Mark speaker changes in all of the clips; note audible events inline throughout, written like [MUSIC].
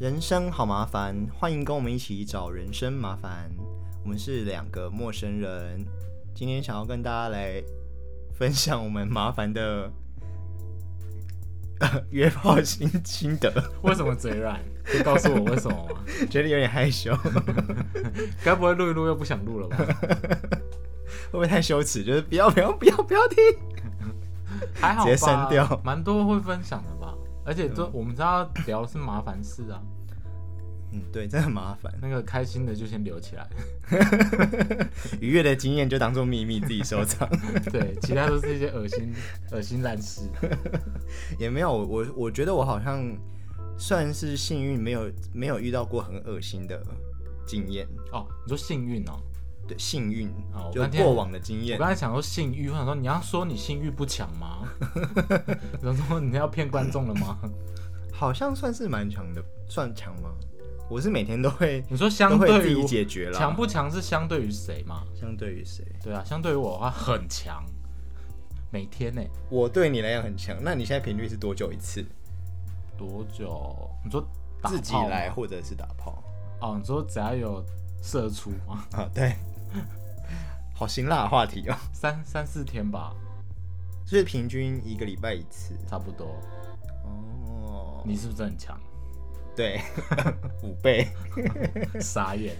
Speaker 1: 人生好麻烦，欢迎跟我们一起找人生麻烦。我们是两个陌生人，今天想要跟大家来分享我们麻烦的、呃约炮心心得，
Speaker 2: 为什么嘴软？可以告诉我为什么吗？
Speaker 1: 觉得有点害羞，会
Speaker 2: [LAUGHS] 该不会录一录又不想录了吧？
Speaker 1: 不会太羞耻？就是不要不要不要不要听。
Speaker 2: [LAUGHS] 还好吧，
Speaker 1: 直接删掉
Speaker 2: 蛮多会分享的吧。而且这我们知道聊的是麻烦事啊，
Speaker 1: 嗯，对，真的很麻烦。
Speaker 2: 那个开心的就先留 [LAUGHS] 起来，
Speaker 1: 愉悦的经验就当做秘密自己收藏， [LAUGHS]
Speaker 2: 对，其他都是一些恶心、 [LAUGHS] 恶心烂事。
Speaker 1: 也没有我我觉得我好像算是幸运，没有没有遇到过很恶心的经验。
Speaker 2: 哦，你说幸运哦，
Speaker 1: 对，幸运、
Speaker 2: 哦我
Speaker 1: 就
Speaker 2: 刚听
Speaker 1: 过往的经
Speaker 2: 我
Speaker 1: 验
Speaker 2: 刚，才想说性欲，我想说你要说你性欲不强 [LAUGHS] 吗？然后说你要骗观众了 [LAUGHS] 吗？
Speaker 1: 好像算是蛮强的，算强吗？我是每天都会
Speaker 2: 你说
Speaker 1: 都
Speaker 2: 相
Speaker 1: 会自
Speaker 2: 对
Speaker 1: 己
Speaker 2: 于
Speaker 1: 解决啦。
Speaker 2: 强不强是相对于谁嘛？
Speaker 1: 相对于谁？
Speaker 2: 对啊，相对于我的话很强，每天呢、
Speaker 1: 我对你来讲很强，那你现在频率是多久一次？
Speaker 2: 多久？你说打
Speaker 1: 自己
Speaker 2: 炮吗
Speaker 1: 来或者是打炮
Speaker 2: 哦？你说只要有射出吗？ [LAUGHS]
Speaker 1: 啊？对， [LAUGHS] 好辛辣的话题哦。
Speaker 2: 三三四天吧，
Speaker 1: 所以平均一个礼拜一次
Speaker 2: 差不多。
Speaker 1: 哦。
Speaker 2: 你是不是
Speaker 1: [LAUGHS]
Speaker 2: 很强？
Speaker 1: 对 [LAUGHS] 五倍，
Speaker 2: 傻眼，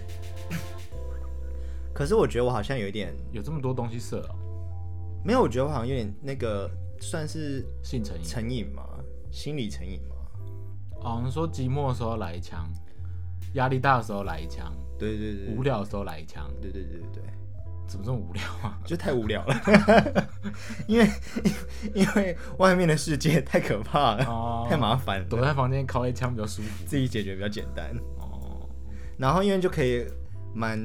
Speaker 1: 可是我觉得我好像有一点
Speaker 2: 有这么多东西射哦，
Speaker 1: 没有，我觉得我好像有点那个算是
Speaker 2: 性成瘾。
Speaker 1: 成瘾嘛，
Speaker 2: 嗯
Speaker 1: 心理成瘾嘛。
Speaker 2: 哦，你说寂寞的时候来一枪，压力大的时候来一枪，
Speaker 1: 对对对，
Speaker 2: 无聊的时候来一枪，
Speaker 1: 对对对对对，
Speaker 2: 怎么这么无聊啊？
Speaker 1: 就太无聊了， [LAUGHS] 因为因为外面的世界太可怕了，[LAUGHS]
Speaker 2: 哦
Speaker 1: 太麻烦
Speaker 2: 躲
Speaker 1: 了，
Speaker 2: 在房间靠一枪比较舒服。
Speaker 1: 自己解决比较简单。
Speaker 2: 哦，
Speaker 1: 然后因为就可以蛮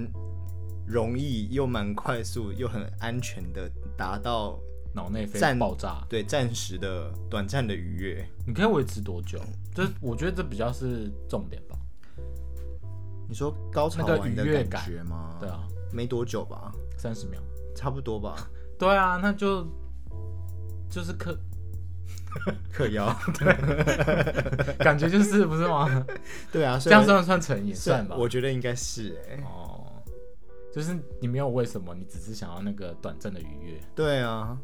Speaker 1: 容易又蛮快速又很安全的达到
Speaker 2: 脑内啡
Speaker 1: 战
Speaker 2: 爆炸，
Speaker 1: 对暂时的短暂的愉悦。
Speaker 2: 你可以维持多久？这我觉得这比较是重点吧。
Speaker 1: 你说高潮
Speaker 2: 那个
Speaker 1: 完的
Speaker 2: 愉悦
Speaker 1: 感
Speaker 2: 感
Speaker 1: 觉吗？
Speaker 2: 对，啊，
Speaker 1: 没多久吧，
Speaker 2: 三十秒。
Speaker 1: 差不多吧。
Speaker 2: 对啊，那就就是可
Speaker 1: 嗑
Speaker 2: [LAUGHS]
Speaker 1: 药，
Speaker 2: 感觉就是不是吗？
Speaker 1: 对啊，[LAUGHS] 所
Speaker 2: 这
Speaker 1: 以
Speaker 2: 样算不算成瘾？
Speaker 1: 算
Speaker 2: 算吧。
Speaker 1: 我觉得应该是哎、
Speaker 2: 哦，就是你没有为什么，你只是想要那个短暂的愉悦。
Speaker 1: 对啊，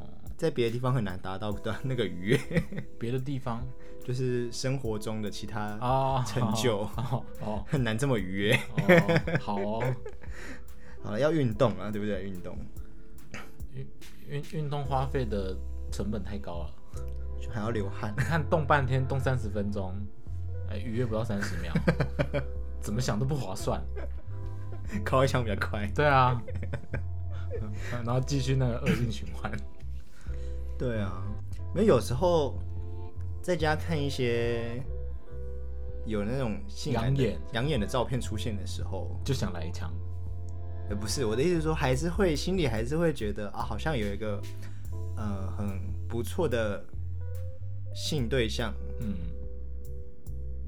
Speaker 2: 哦，
Speaker 1: 在别的地方很难达到的那个愉悦，
Speaker 2: 别的地方
Speaker 1: 就是生活中的其他
Speaker 2: 啊，
Speaker 1: [LAUGHS] 成就
Speaker 2: 哦哦
Speaker 1: 很难这么愉悦。
Speaker 2: 哦，好哦，
Speaker 1: 好了，要运动啊，对不对？运动
Speaker 2: 运运动花费的成本太高了。
Speaker 1: 就还要流汗， [LAUGHS]
Speaker 2: 你看动半天，动三十分钟，哎，愉悦不到三十秒，怎么想都不划算。
Speaker 1: 靠一枪比较快。
Speaker 2: 对啊，嗯然后继续那个恶性循环。
Speaker 1: 对啊，因为有时候在家看一些有那种性感的
Speaker 2: 养眼
Speaker 1: 养眼的照片出现的时候，
Speaker 2: 就想来一枪。
Speaker 1: 呃，不是我的意思是说，还是会心里还是会觉得啊，好像有一个呃很不错的性对象，
Speaker 2: 嗯，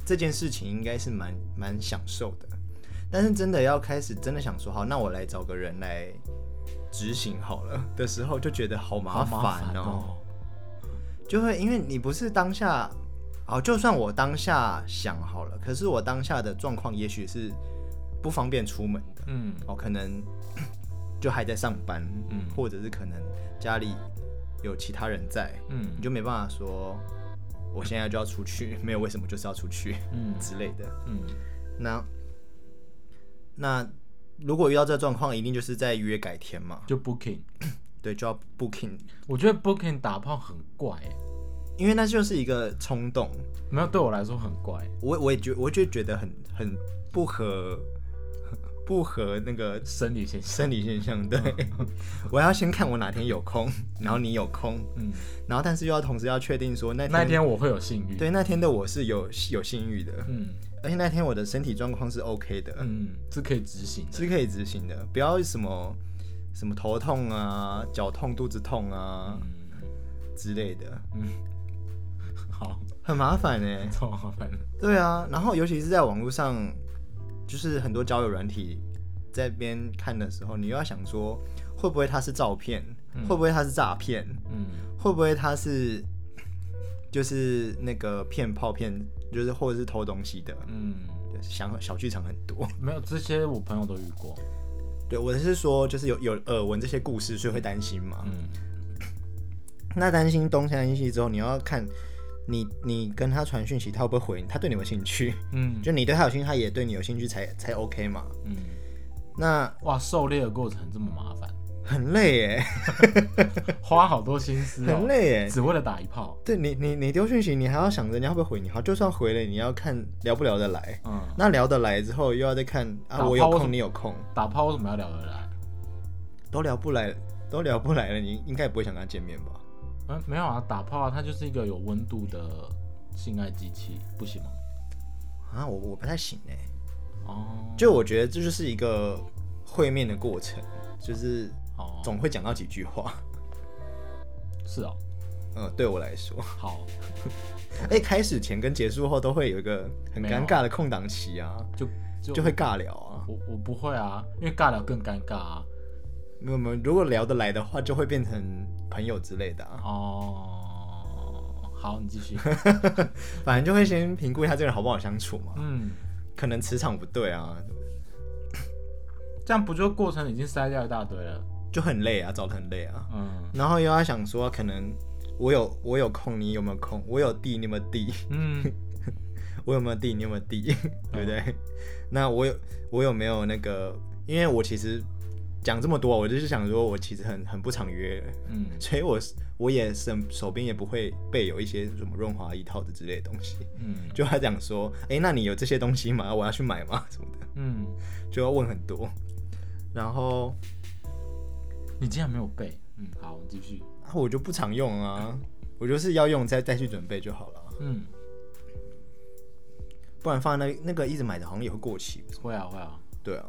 Speaker 1: 这件事情应该是蛮蛮享受的。但是真的要开始真的想说好，那我来找个人来执行好了的时候，就觉得好麻
Speaker 2: 好
Speaker 1: 烦哦，
Speaker 2: 哦。
Speaker 1: 就会因为你不是当下，好，就算我当下想好了，可是我当下的状况也许是不方便出门的，
Speaker 2: 嗯
Speaker 1: 哦，可能 [COUGHS] 就还在上班，
Speaker 2: 嗯
Speaker 1: 或者是可能家里有其他人在，
Speaker 2: 嗯
Speaker 1: 你就没办法说我现在就要出去， [LAUGHS] 没有为什么就是要出去
Speaker 2: 嗯
Speaker 1: 之类的。
Speaker 2: 嗯，
Speaker 1: 那那如果遇到这状况，一定就是在约改天嘛，
Speaker 2: 就 Booking，
Speaker 1: 对，就要 booking，
Speaker 2: 我觉得 Booking 打炮很怪欸，
Speaker 1: 因为那就是一个冲动，
Speaker 2: 没有对我来说很怪，
Speaker 1: 我我也觉我就觉得很很不合不合那个
Speaker 2: 生理现象。嗯
Speaker 1: 生理现象，对， [LAUGHS] 我要先看我哪天有空，然后你有空，
Speaker 2: 嗯，
Speaker 1: 然后但是又要同时要确定说那天
Speaker 2: 那一天我会有性欲。，
Speaker 1: 对那天的我是有有性欲的，
Speaker 2: 嗯
Speaker 1: 而且那天我的身体状况是 OK 的，
Speaker 2: 嗯，是可以执行的。
Speaker 1: 是可以执行的，不要什么什么头痛啊、脚痛、肚子痛啊
Speaker 2: 嗯，
Speaker 1: 之类的，
Speaker 2: 好，
Speaker 1: 很麻烦哎、
Speaker 2: 超麻烦。
Speaker 1: 对啊，然后尤其是在网络上，就是很多交友软体在边看的时候，你又要想说会不会它是照片，会不会它是诈骗，
Speaker 2: 嗯，
Speaker 1: 会不会它是就是那个骗炮骗就是或者是偷东西的，
Speaker 2: 嗯，
Speaker 1: 对，想小剧场很多。
Speaker 2: 没有这些我朋友都遇过，
Speaker 1: 对我是说，就是有有耳闻这些故事，所以会担心嘛。
Speaker 2: 嗯，
Speaker 1: 那担心东担心西之后，你要看你你跟他传讯息，他会不会回你，他对你有没有兴趣？
Speaker 2: 嗯
Speaker 1: 就你对他有兴趣，他也对你有兴趣才才 OK 嘛。
Speaker 2: 嗯，
Speaker 1: 那
Speaker 2: 哇，狩猎的过程这么麻烦， [LAUGHS]
Speaker 1: 很累耶，
Speaker 2: 花好多心思
Speaker 1: 很
Speaker 2: 哦，
Speaker 1: 累耶。
Speaker 2: 只为了打一炮，
Speaker 1: 对你你你丢讯息，你还要想着人家会不会回你，好，就算回了，你要看聊不聊得来。
Speaker 2: 嗯，
Speaker 1: 那聊得来之后，又要再看啊，
Speaker 2: 打
Speaker 1: 我有
Speaker 2: 炮
Speaker 1: 空，你有空，
Speaker 2: 打炮为什么要聊得来？
Speaker 1: 都聊不来，都聊不来了，你应该也不会想跟他见面吧？
Speaker 2: 嗯，没有啊，打炮啊，它就是一个有温度的性爱机器，不行吗？
Speaker 1: 啊，我我不太行哎。
Speaker 2: 哦，
Speaker 1: 就我觉得这就是一个会面的过程，就是
Speaker 2: 哦，
Speaker 1: 总会讲到几句话。
Speaker 2: 是哦，
Speaker 1: 嗯，对我来说，
Speaker 2: 好，
Speaker 1: 哎、开始前跟结束后都会有一个很尴尬的空档期啊，
Speaker 2: 就就
Speaker 1: 就会尬聊啊。
Speaker 2: 我我不会啊，因为尬聊更尴尬啊。
Speaker 1: 没有没有，如果聊得来的话，就会变成朋友之类的啊。
Speaker 2: 哦，好，你继 [LAUGHS] 续。
Speaker 1: 反正就会先评估一下这个人好不好相处嘛，
Speaker 2: 嗯，
Speaker 1: 可能磁场不对啊，
Speaker 2: 这样不就过程已经筛掉一大堆了？
Speaker 1: 就很累啊，找得很累啊。
Speaker 2: 嗯
Speaker 1: 然后又要想说，可能我有我有空，你有没有空？我有地，你有没有地？
Speaker 2: 嗯， [LAUGHS]
Speaker 1: 我有没有地？你有没有地？ [LAUGHS] 对不对？那我有我有没有那个？因为我其实讲这么多，我就是想说，我其实很很不常约，
Speaker 2: 嗯，
Speaker 1: 所以我我也身手边也不会备有一些什么润滑一套的之类的东西。
Speaker 2: 嗯，
Speaker 1: 就他讲说，哎、那你有这些东西吗？我要去买吗？什么的，
Speaker 2: 嗯，
Speaker 1: 就要问很多。然后
Speaker 2: 你竟然没有背？嗯，好，你继续。
Speaker 1: 啊我就不常用啊，我就是要用再再去准备就好了啊，
Speaker 2: 嗯，
Speaker 1: 不然放在那那个一直买的好像也会过期。
Speaker 2: 会啊会啊。
Speaker 1: 对啊，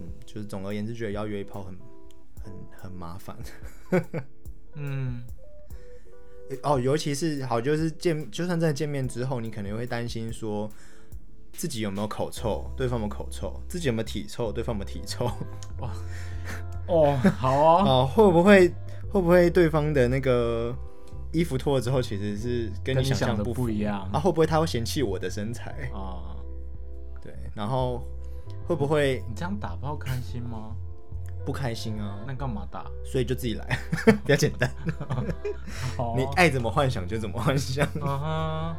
Speaker 1: 嗯，就是总而言之，觉得要约一炮很很很麻烦。
Speaker 2: 嗯
Speaker 1: 诶哦，尤其是好，就是见，就算真的见面之后，你可能会担心说自己有没有口臭，对方有没有口臭，自己有没有体臭，对方有没有体臭，
Speaker 2: 哦， [LAUGHS] 好哦，
Speaker 1: [LAUGHS] 哦，会不会会不会对方的那个衣服脱了之后，其实是跟
Speaker 2: 跟你
Speaker 1: 想
Speaker 2: 想
Speaker 1: 象
Speaker 2: 的
Speaker 1: 不符
Speaker 2: 不一样
Speaker 1: 啊？会不会他会嫌弃我的身材？
Speaker 2: 啊。
Speaker 1: 对，然后会不会
Speaker 2: 你这样打炮开心吗？
Speaker 1: 不开心啊？
Speaker 2: 那干嘛打？
Speaker 1: 所以就自己来， [LAUGHS] 比较简单。
Speaker 2: 好哦
Speaker 1: 你爱怎么幻想就怎么幻想。
Speaker 2: [LAUGHS] 嗯哼，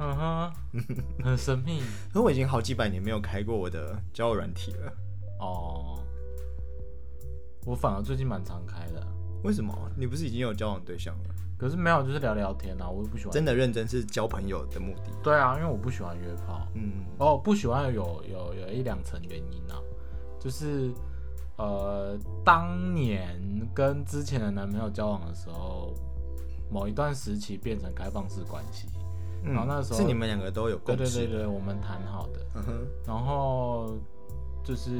Speaker 2: 嗯哼，很神秘
Speaker 1: 可我已经好几百年没有开过我的交友软体了，
Speaker 2: 哦。我反而最近蛮常开的，
Speaker 1: 为什么？你不是已经有交往对象了？
Speaker 2: 可是没有，就是聊聊天啊，我又不喜欢。
Speaker 1: 真的认真是交朋友的目的。
Speaker 2: 对啊，因为我不喜欢约炮。
Speaker 1: 嗯，
Speaker 2: 哦，不喜欢有有有一两层原因啊，就是呃，当年跟之前的男朋友交往的时候，某一段时期变成开放式关系，
Speaker 1: 嗯
Speaker 2: 好那时候
Speaker 1: 是你们两个都有
Speaker 2: 对
Speaker 1: 共
Speaker 2: 对
Speaker 1: 识。
Speaker 2: 对对，我们谈好的，
Speaker 1: 嗯哼，
Speaker 2: 然后就是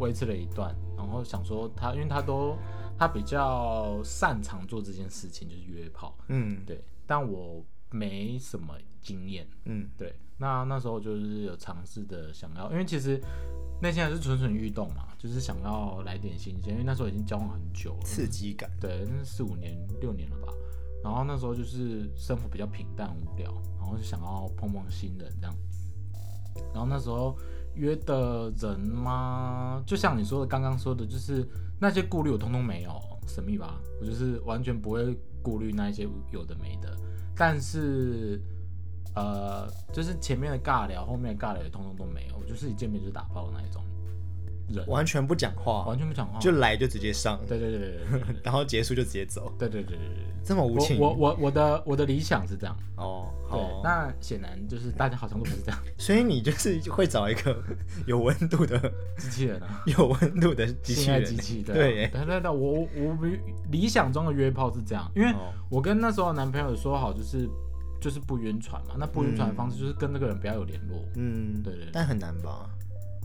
Speaker 2: 维持了一段，然后想说他，因为他都他比较擅长做这件事情，就是约炮，
Speaker 1: 嗯
Speaker 2: 对，但我没什么经验，
Speaker 1: 嗯
Speaker 2: 对，那那时候就是有尝试的想要，因为其实内心还是蠢蠢欲动嘛，就是想要来点新鲜，因为那时候已经交往很久了，
Speaker 1: 刺激感。
Speaker 2: 对，那四五年六年了吧。然后那时候就是生活比较平淡无聊，然后就想要碰碰新人这样。然后那时候约的人嘛，就像你说的刚刚说的，就是那些顾虑我通通没有，神秘吧？我就是完全不会顾虑那一些有的没的。但是呃，就是前面的尬聊，后面的尬聊也通通都没有，我就是一见面就打炮的那一种人，
Speaker 1: 完全不讲话
Speaker 2: 完，全不讲话。
Speaker 1: 就来就直接上，
Speaker 2: 对对对对对对对
Speaker 1: 然后结束就直接走，
Speaker 2: 对对对对对。
Speaker 1: 这么无情。
Speaker 2: 我我我我的我的理想是这样，
Speaker 1: 哦，
Speaker 2: 对，
Speaker 1: 好，
Speaker 2: 那显然就是大家好像都不是这样，
Speaker 1: 所以你就是会找一个 [LAUGHS] 有温度的、
Speaker 2: 机器人啊，
Speaker 1: 有温度的 [LAUGHS] 机器
Speaker 2: 性爱
Speaker 1: 人。
Speaker 2: 机器，对啊
Speaker 1: 对
Speaker 2: 对
Speaker 1: 耶
Speaker 2: 对对，我我我理想中的约炮是这样，因为
Speaker 1: 哦
Speaker 2: 我跟那时候的男朋友说好就是就是不晕船嘛，那不晕船的
Speaker 1: 嗯
Speaker 2: 方式就是跟这个人不要有联络，
Speaker 1: 嗯，
Speaker 2: 对对对
Speaker 1: 但很难吧？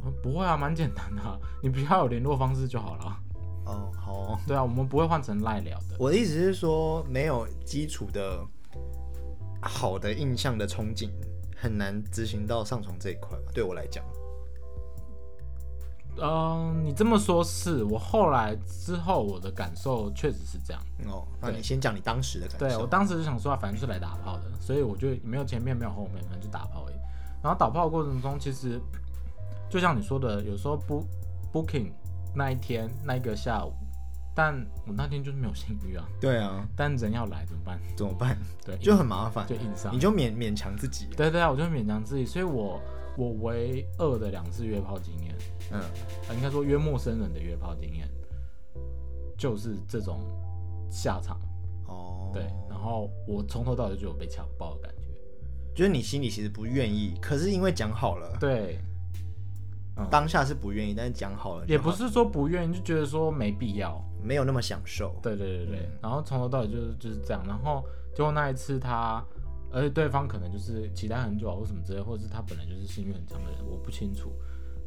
Speaker 2: 呃不会啊，蛮简单的啊、你不要有联络方式就好了，啊
Speaker 1: 哦，好哦
Speaker 2: 对啊，我们不会换成赖聊的，
Speaker 1: 我的意思是说，没有基础的好的印象的憧憬，很难执行到上床这一块吧。对我来讲，
Speaker 2: 嗯、你这么说是我后来之后我的感受确实是这样。
Speaker 1: 哦，那你先讲你当时的感
Speaker 2: 嗯对我
Speaker 1: 受。
Speaker 2: 当时就想说，啊反正就是来打炮的，所以我就没有前面没有后面，反正就打炮而已。然后打炮的过程中，其实就像你说的，有时候 book booking 那一天那一个下午，但我那天就是没有性欲啊。
Speaker 1: 对啊，
Speaker 2: 但人要来怎么办？
Speaker 1: 怎么
Speaker 2: [LAUGHS]
Speaker 1: 办？
Speaker 2: 对，啊
Speaker 1: 就很麻烦
Speaker 2: 就，硬上
Speaker 1: 你。就勉勉强自己。
Speaker 2: 对对啊，我就勉强自己，所以我我唯二的两次约炮经验，
Speaker 1: 嗯，
Speaker 2: 啊，应该说约陌生人的约炮经验，就是这种下场。
Speaker 1: 哦，
Speaker 2: 对，然后我从头到尾就有被强暴的感觉。
Speaker 1: 就是你心里其实不愿意，可是因为讲好了，嗯
Speaker 2: 对，嗯
Speaker 1: 当下是不愿意，但是讲好了就
Speaker 2: 也不
Speaker 1: 好
Speaker 2: 是说不愿意，就觉得说没必要。嗯
Speaker 1: 没有那么享受。
Speaker 2: 对对对对，然后从头到尾就是就是这样，然后结果那一次他，而且对方可能就是期待很久啊，或什么之类，或者是他本来就是性欲很强的人，我不清楚，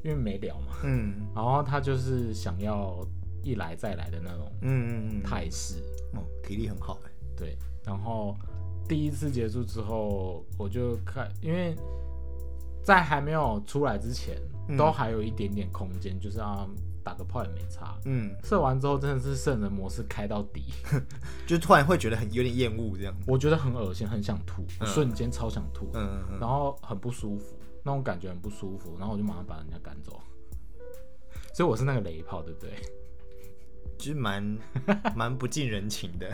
Speaker 2: 因为没聊嘛。
Speaker 1: 嗯
Speaker 2: 然后他就是想要一来再来的那种
Speaker 1: 嗯嗯嗯，
Speaker 2: 态势，
Speaker 1: 哦，体力很好哎、
Speaker 2: 对。然后第一次结束之后，我就看，因为在还没有出来之前，
Speaker 1: 嗯
Speaker 2: 都还有一点点空间，就是啊打个炮也没差。
Speaker 1: 嗯，
Speaker 2: 射完之后真的是圣人模式开到底，
Speaker 1: 就突然会觉得很有点厌恶这样。
Speaker 2: 我觉得很恶心，很想吐，我
Speaker 1: 嗯
Speaker 2: 瞬间超想吐，
Speaker 1: 嗯嗯嗯，
Speaker 2: 然后很不舒服，那种感觉很不舒服，然后我就马上把人家赶走。所以我是那个雷炮，对不对？
Speaker 1: 就是蛮
Speaker 2: [LAUGHS]
Speaker 1: 蛮不近人情的。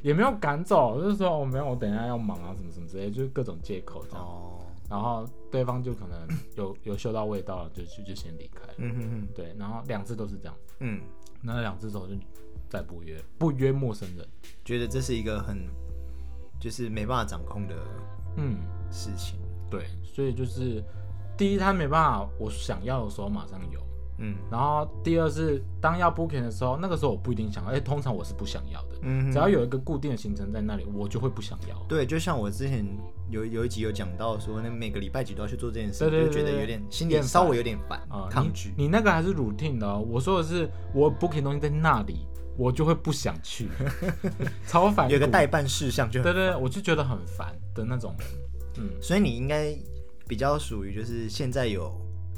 Speaker 2: 也没有赶走，就是说我、哦、没有，我等一下要忙啊，什么什么之类，就是各种借口这样。
Speaker 1: 哦，
Speaker 2: 然后对方就可能有 [COUGHS] 有嗅到味道了，就就就先离开。
Speaker 1: 嗯哼哼，
Speaker 2: 对，然后两次都是这样，
Speaker 1: 嗯，
Speaker 2: 那两次之后就再不约，不约陌生人。
Speaker 1: 觉得这是一个很就是没办法掌控的
Speaker 2: 嗯，
Speaker 1: 事情。
Speaker 2: 对，所以就是第一，他没办法，我想要的时候马上有。
Speaker 1: 嗯
Speaker 2: 然后第二是当要 booking 的时候，那个时候我不一定想要，哎，通常我是不想要的。
Speaker 1: 嗯哼
Speaker 2: 只要有一个固定的行程在那里，我就会不想要。
Speaker 1: 对，就像我之前有有一集有讲到说，那每个礼拜几都要去做这件事，
Speaker 2: 对对
Speaker 1: 就觉得
Speaker 2: 对
Speaker 1: 有点
Speaker 2: 对
Speaker 1: 心
Speaker 2: 厌
Speaker 1: 里
Speaker 2: 烦
Speaker 1: 稍微有点烦，
Speaker 2: 啊、
Speaker 1: 抗拒。
Speaker 2: 你。你那个还是 routine 的、哦，我说的是我 booking 东西在那里，我就会不想
Speaker 1: [LAUGHS]
Speaker 2: 去，超烦。
Speaker 1: 有个代，办事项就
Speaker 2: 对
Speaker 1: 很，
Speaker 2: 对对，我就觉得很烦的那种人。嗯，
Speaker 1: 所以你应该比较属于就是现在有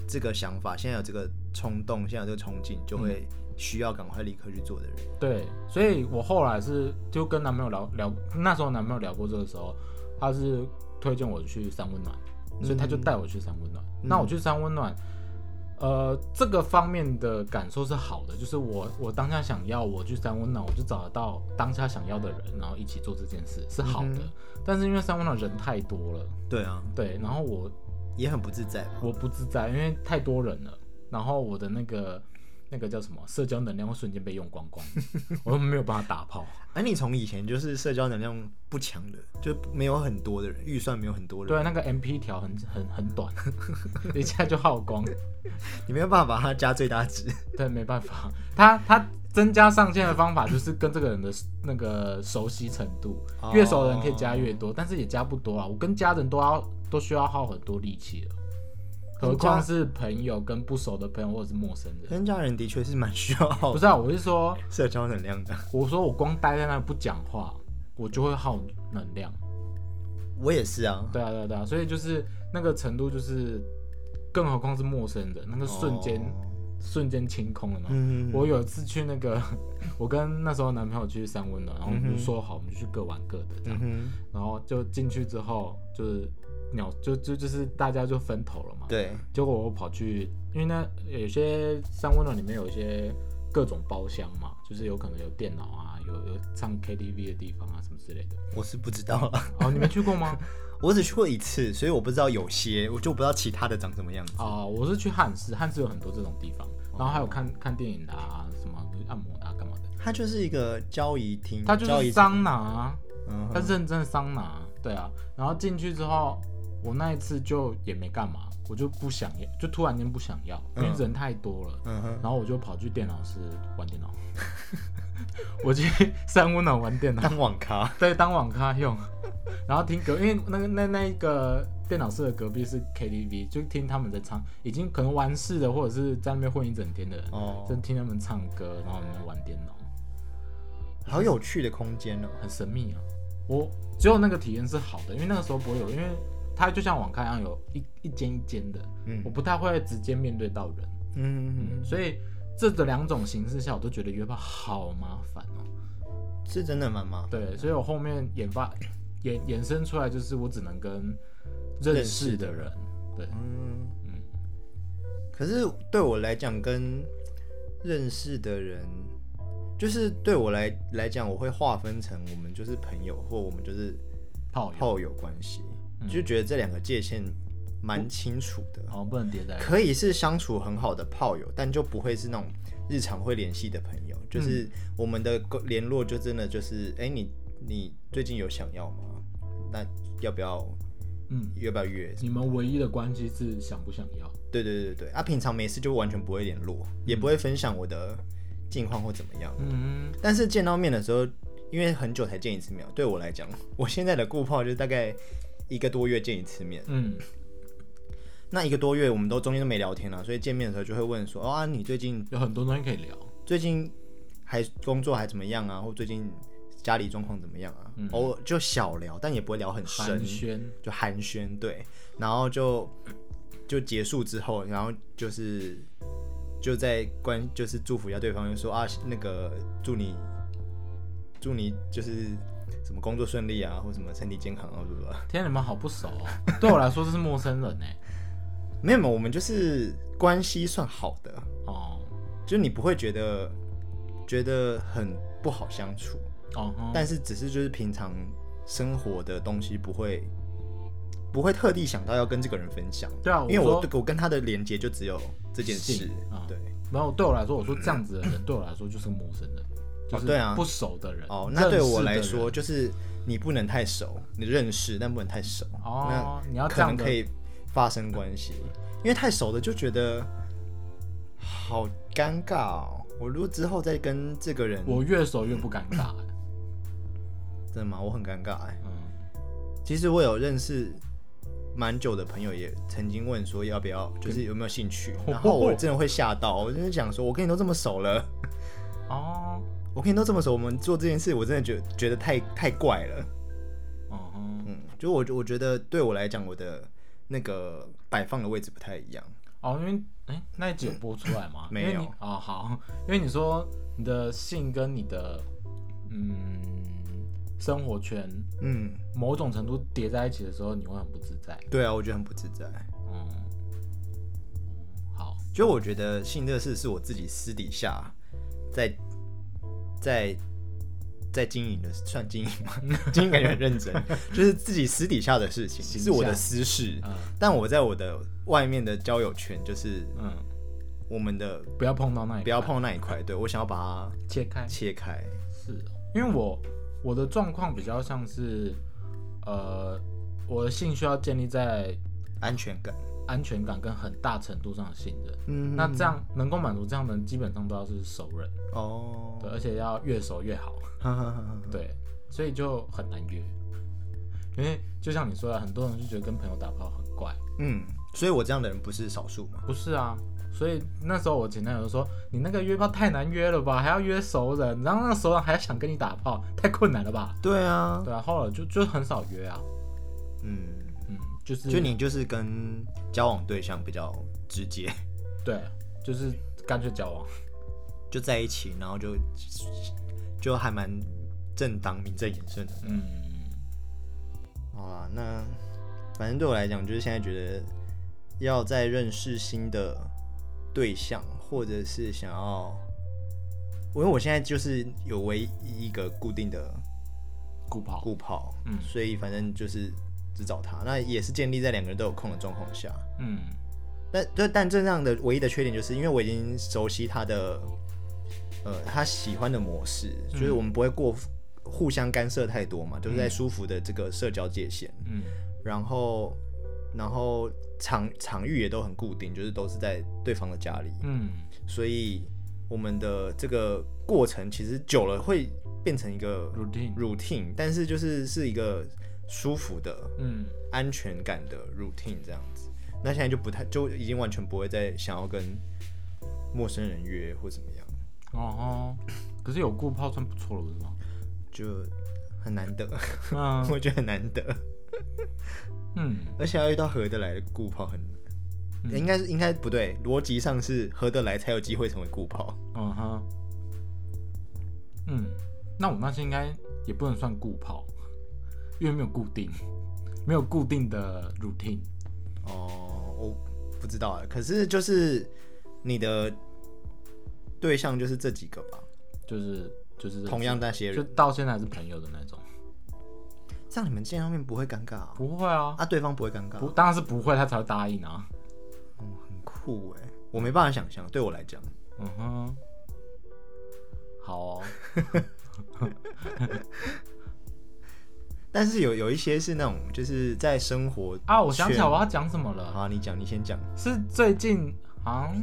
Speaker 1: 这个想法，现在有这个冲动，现在有这个冲劲，就会
Speaker 2: 嗯
Speaker 1: 需要赶快立刻去做的人。
Speaker 2: 对，所以我后来是就跟男朋友聊聊，那时候男朋友聊过这个时候，他是推荐我去三温暖，所以他就带我去三温暖。那我去三温暖，呃，这个方面的感受是好的，就是我我当下想要，我去三温暖，我就找得到当下想要的人，然后一起做这件事是好的。但是因为三温暖人太多了，
Speaker 1: 对啊，
Speaker 2: 对，然后我
Speaker 1: 也很不自在吧？
Speaker 2: 我不自在，因为太多人了，然后我的那个。那个叫什么？社交能量会瞬间被用光光，我又没有办法打炮。
Speaker 1: 而啊你从以前就是社交能量不强的，就没有很多的人，预算没有很多人，
Speaker 2: 对，啊那个 MP 条很很很短， [LAUGHS] 一下就耗光。
Speaker 1: 你没有办法把它加最大值。
Speaker 2: 对，没办法，他他增加上限的方法就是跟这个人的那个熟悉程度， [LAUGHS]
Speaker 1: 哦
Speaker 2: 越熟的人可以加越多，但是也加不多啊。我跟家人都要都需要耗很多力气了，何
Speaker 1: 跟家
Speaker 2: 况是朋友跟不熟的朋友或者是陌生人。
Speaker 1: 跟家人的确是蛮需要
Speaker 2: [LAUGHS] 不是啊，我是说，
Speaker 1: 社交能量的。
Speaker 2: 我说我光待在那不讲话，我就会耗能量。
Speaker 1: 我也是啊，
Speaker 2: 对啊，对啊，对啊，所以就是那个程度，就是更何况是陌生人，那个瞬间、
Speaker 1: 哦
Speaker 2: 瞬间清空了嘛。
Speaker 1: 嗯，
Speaker 2: 我有一次去那个， [LAUGHS] 我跟那时候男朋友去三温暖，然后我们就说好，我们就去各玩各的这样。
Speaker 1: 嗯哼，
Speaker 2: 然后就进去之后，就是鸟就就就是大家就分头了嘛。。
Speaker 1: 对，
Speaker 2: 结果我跑去，因为那有些三温暖里面有一些各种包厢嘛，就是有可能有电脑啊，有有唱 KTV 的地方啊，什么之类的。
Speaker 1: 我是不知道 [LAUGHS] 啊，
Speaker 2: 哦，你没去
Speaker 1: [LAUGHS]
Speaker 2: 过吗？
Speaker 1: 我只去过一次，所以我不知道有些，我就不知道其他的长什么样子。
Speaker 2: 啊、我是去汉斯，汉斯有很多这种地方，然后还有看看电影的啊，什么按摩的啊，干嘛的，
Speaker 1: 它就是一个交易厅，
Speaker 2: 它就
Speaker 1: 交易
Speaker 2: 是
Speaker 1: 场，
Speaker 2: 桑拿啊，
Speaker 1: 嗯
Speaker 2: 它
Speaker 1: 哼，
Speaker 2: 认真的桑拿啊，对啊，然后进去之后，我那一次就也没干嘛，我就不想要，就突然间不想要，因为
Speaker 1: 嗯
Speaker 2: 人太多了，
Speaker 1: 嗯哼，
Speaker 2: 然后我就跑去电脑室玩电脑， [LAUGHS] 我去三温暖玩电脑，
Speaker 1: 当网咖，
Speaker 2: 对，当网咖用，然后听隔，因为那个那那一个电脑室的隔壁是 KTV，就听他们在唱，已经可能完事的或者是在那边混一整天的人，
Speaker 1: 哦
Speaker 2: 就听他们唱歌，然后我们在玩电脑，
Speaker 1: 好有趣的空间哦。
Speaker 2: 很神秘啊。我只有那个体验是好的，因为那个时候不会有，因为它就像网咖一样有一一间一间的，
Speaker 1: 嗯
Speaker 2: 我不太会直接面对到人，
Speaker 1: 嗯，
Speaker 2: 所以这的两种形式下，我都觉得约炮好麻烦哦。
Speaker 1: 是真的蛮麻烦。
Speaker 2: 对，所以我后面研发 [COUGHS] 衍衍生出来，就是我只能跟认识的人，对，
Speaker 1: 嗯
Speaker 2: 嗯
Speaker 1: 可是对我来讲，跟认识的人，就是对我来来讲，我会划分成我们就是朋友，或我们就是
Speaker 2: 炮友，
Speaker 1: 炮友关系，就觉得这两个界限蛮清楚的。
Speaker 2: 好像不能叠在一起。
Speaker 1: 可以是相处很好的炮友，但就不会是那种日常会联系的朋友。就是我们的沟联络就真的就是，哎、你你最近有想要吗？那要不要
Speaker 2: 嗯，
Speaker 1: 要不要约？
Speaker 2: 你们唯一的关系是想不想要？
Speaker 1: 对对对对，啊，平常没事就完全不会联络，也不会分享我的近况或怎么样。
Speaker 2: 嗯，
Speaker 1: 但是见到面的时候，因为很久才见一次面，对我来讲，我现在的顾炮就是大概一个多月见一次面。
Speaker 2: 嗯，
Speaker 1: 那一个多月我们都中间都没聊天了、啊所以见面的时候就会问说，哦啊，你最近
Speaker 2: 有很多东西可以聊。
Speaker 1: 最近还工作还怎么样啊？或最近家里状况怎么样啊？偶尔就小聊，但也不会聊很深
Speaker 2: 寒，暄，
Speaker 1: 就寒暄对，然后就就结束之后，然后就是就在关就是祝福一下对方，就说啊那个祝你祝你就是什么工作顺利啊，或什么身体健康啊，是不是？
Speaker 2: 天啊，你们好不熟哦。对我来说，这是陌生人哎。
Speaker 1: 没有没有，我们就是关系算好的，
Speaker 2: 哦，
Speaker 1: 就你不会觉得觉得很不好相处。
Speaker 2: 哦哼，
Speaker 1: 但是只是就是平常生活的东西不会不会特地想到要跟这个人分享，
Speaker 2: 对啊，
Speaker 1: 因为我
Speaker 2: 说
Speaker 1: 我跟他的连接就只有这件事
Speaker 2: 性啊，
Speaker 1: 对，
Speaker 2: 没有对我来说，我说这样子的人对我来说就是个陌生人，就是
Speaker 1: 对啊
Speaker 2: 不熟的人。
Speaker 1: 哦，那对
Speaker 2: 认识
Speaker 1: 我
Speaker 2: 的
Speaker 1: 来
Speaker 2: 人
Speaker 1: 说，就是你不能太熟，你认识但不能太熟，
Speaker 2: 哦，你要这
Speaker 1: 可
Speaker 2: 样
Speaker 1: 能
Speaker 2: 的
Speaker 1: 可以发生关系，因为太熟的就觉得好尴尬哦。我如果之后再跟这个人，
Speaker 2: 我越熟越不尴尬。欸
Speaker 1: 真的吗？我很尴尬哎、
Speaker 2: 嗯，
Speaker 1: 其实我有认识蛮久的朋友，也曾经问说要不要，就是有没有兴趣。
Speaker 2: 哦
Speaker 1: 然后我真的会吓到，我真的想说，我跟你都这么熟了，
Speaker 2: 哦，
Speaker 1: 我跟你都这么熟，我们做这件事，我真的觉觉得太太怪了。
Speaker 2: 嗯哼，
Speaker 1: 嗯，就我我觉得对我来讲，我的那个摆放的位置不太一样。
Speaker 2: 哦，因为哎，那一集有播出来吗？
Speaker 1: 没有
Speaker 2: 因为你哦，好，因为你说你的性跟你的嗯生活圈
Speaker 1: 嗯，
Speaker 2: 某种程度叠在一起的时候，你会很不自在。
Speaker 1: 对啊，我觉得很不自在。
Speaker 2: 嗯，好，
Speaker 1: 就我觉得性这事是我自己私底下在在在经营的，算经营
Speaker 2: [LAUGHS]
Speaker 1: 吗？经营感觉很认真，就是自己私底下的事情
Speaker 2: 形
Speaker 1: 是我的
Speaker 2: 象
Speaker 1: 私事，
Speaker 2: 嗯
Speaker 1: 但我在我的外面的交友圈，就是
Speaker 2: 嗯，
Speaker 1: 我们的
Speaker 2: 不要碰到那里，
Speaker 1: 不要碰那一块，对我想要把
Speaker 2: 切开
Speaker 1: 它。切开。
Speaker 2: 是哦，因为我我的状况比较像是，呃，我的性需要建立在
Speaker 1: 安全感，
Speaker 2: 安全感跟很大程度上的信任。
Speaker 1: 嗯
Speaker 2: 那这样能够满足这样的人，基本上都要是熟人，
Speaker 1: 哦，嗯
Speaker 2: 对，而且要越熟越好，
Speaker 1: 哈哈哈哈
Speaker 2: 对，所以就很难约。因为就像你说的，很多人就觉得跟朋友打炮很怪，
Speaker 1: [LAUGHS] 嗯，所以我这样的人不是少数嘛，
Speaker 2: 不是啊。所以那时候我前男友就说：“你那个约炮太难约了吧，还要约熟人，然后那个熟人还要想跟你打炮，太困难了吧
Speaker 1: 对？”啊，
Speaker 2: 对啊，后来就就很少约啊。
Speaker 1: 嗯，
Speaker 2: 嗯，就是
Speaker 1: 就你就是跟交往对象比较直接，
Speaker 2: 对，就是干脆交往。
Speaker 1: 就在一起，然后就就还蛮正当、名正言顺的。
Speaker 2: 嗯，
Speaker 1: 好啦，那反正对我来讲，就是现在觉得要在认识新的对象，或者是想要，因为我现在就是有唯一一个固定的
Speaker 2: 顾跑。
Speaker 1: 顾跑，
Speaker 2: 嗯
Speaker 1: 所以反正就是只找他。那也是建立在两个人都有空的状况下。
Speaker 2: 嗯，
Speaker 1: 但但但这样的唯一的缺点就是，因为我已经熟悉他的，呃，他喜欢的模式，就是我们不会过互相干涉太多嘛，就是在舒服的这个社交界限，
Speaker 2: 嗯，
Speaker 1: 然后然后场场域也都很固定，就是都是在对方的家里，
Speaker 2: 嗯，
Speaker 1: 所以我们的这个过程其实久了会变成一个
Speaker 2: routine。
Speaker 1: routine，但是就是是一个舒服的，
Speaker 2: 嗯，
Speaker 1: 安全感的 routine 这样子。那现在就不太，就已经完全不会再想要跟陌生人约或怎么样，
Speaker 2: 哦吼，可是有顾炮算不错了，不是吗？
Speaker 1: 就很难得，
Speaker 2: 嗯
Speaker 1: [LAUGHS] 我觉得很难得，
Speaker 2: 嗯，
Speaker 1: 而且要遇到合得来的顾炮很应该是应该不对，逻辑上是合得来才有机会成为固炮。
Speaker 2: 嗯哼，嗯，那我那些应该也不能算固跑，因为没有固定，没有固定的 routine。
Speaker 1: 哦，我不知道啊，可是就是你的对象就是这几个吧，
Speaker 2: 就是就是
Speaker 1: 同样那些
Speaker 2: 就
Speaker 1: 人，
Speaker 2: 到现在还是朋友的那种，
Speaker 1: 这样你们见到面不会尴尬啊？
Speaker 2: 不会啊，
Speaker 1: 啊，对方不会尴尬
Speaker 2: 不，当然是不会，他才会答应啊。
Speaker 1: 哦，很酷哎，我没办法想象，对我来讲，
Speaker 2: 嗯哼，好哦，
Speaker 1: 但是有有一些是那种就是在生活
Speaker 2: 啊，我想起来
Speaker 1: 圈
Speaker 2: 我要讲什么了，
Speaker 1: 好，你讲，你先讲。
Speaker 2: 是最近好像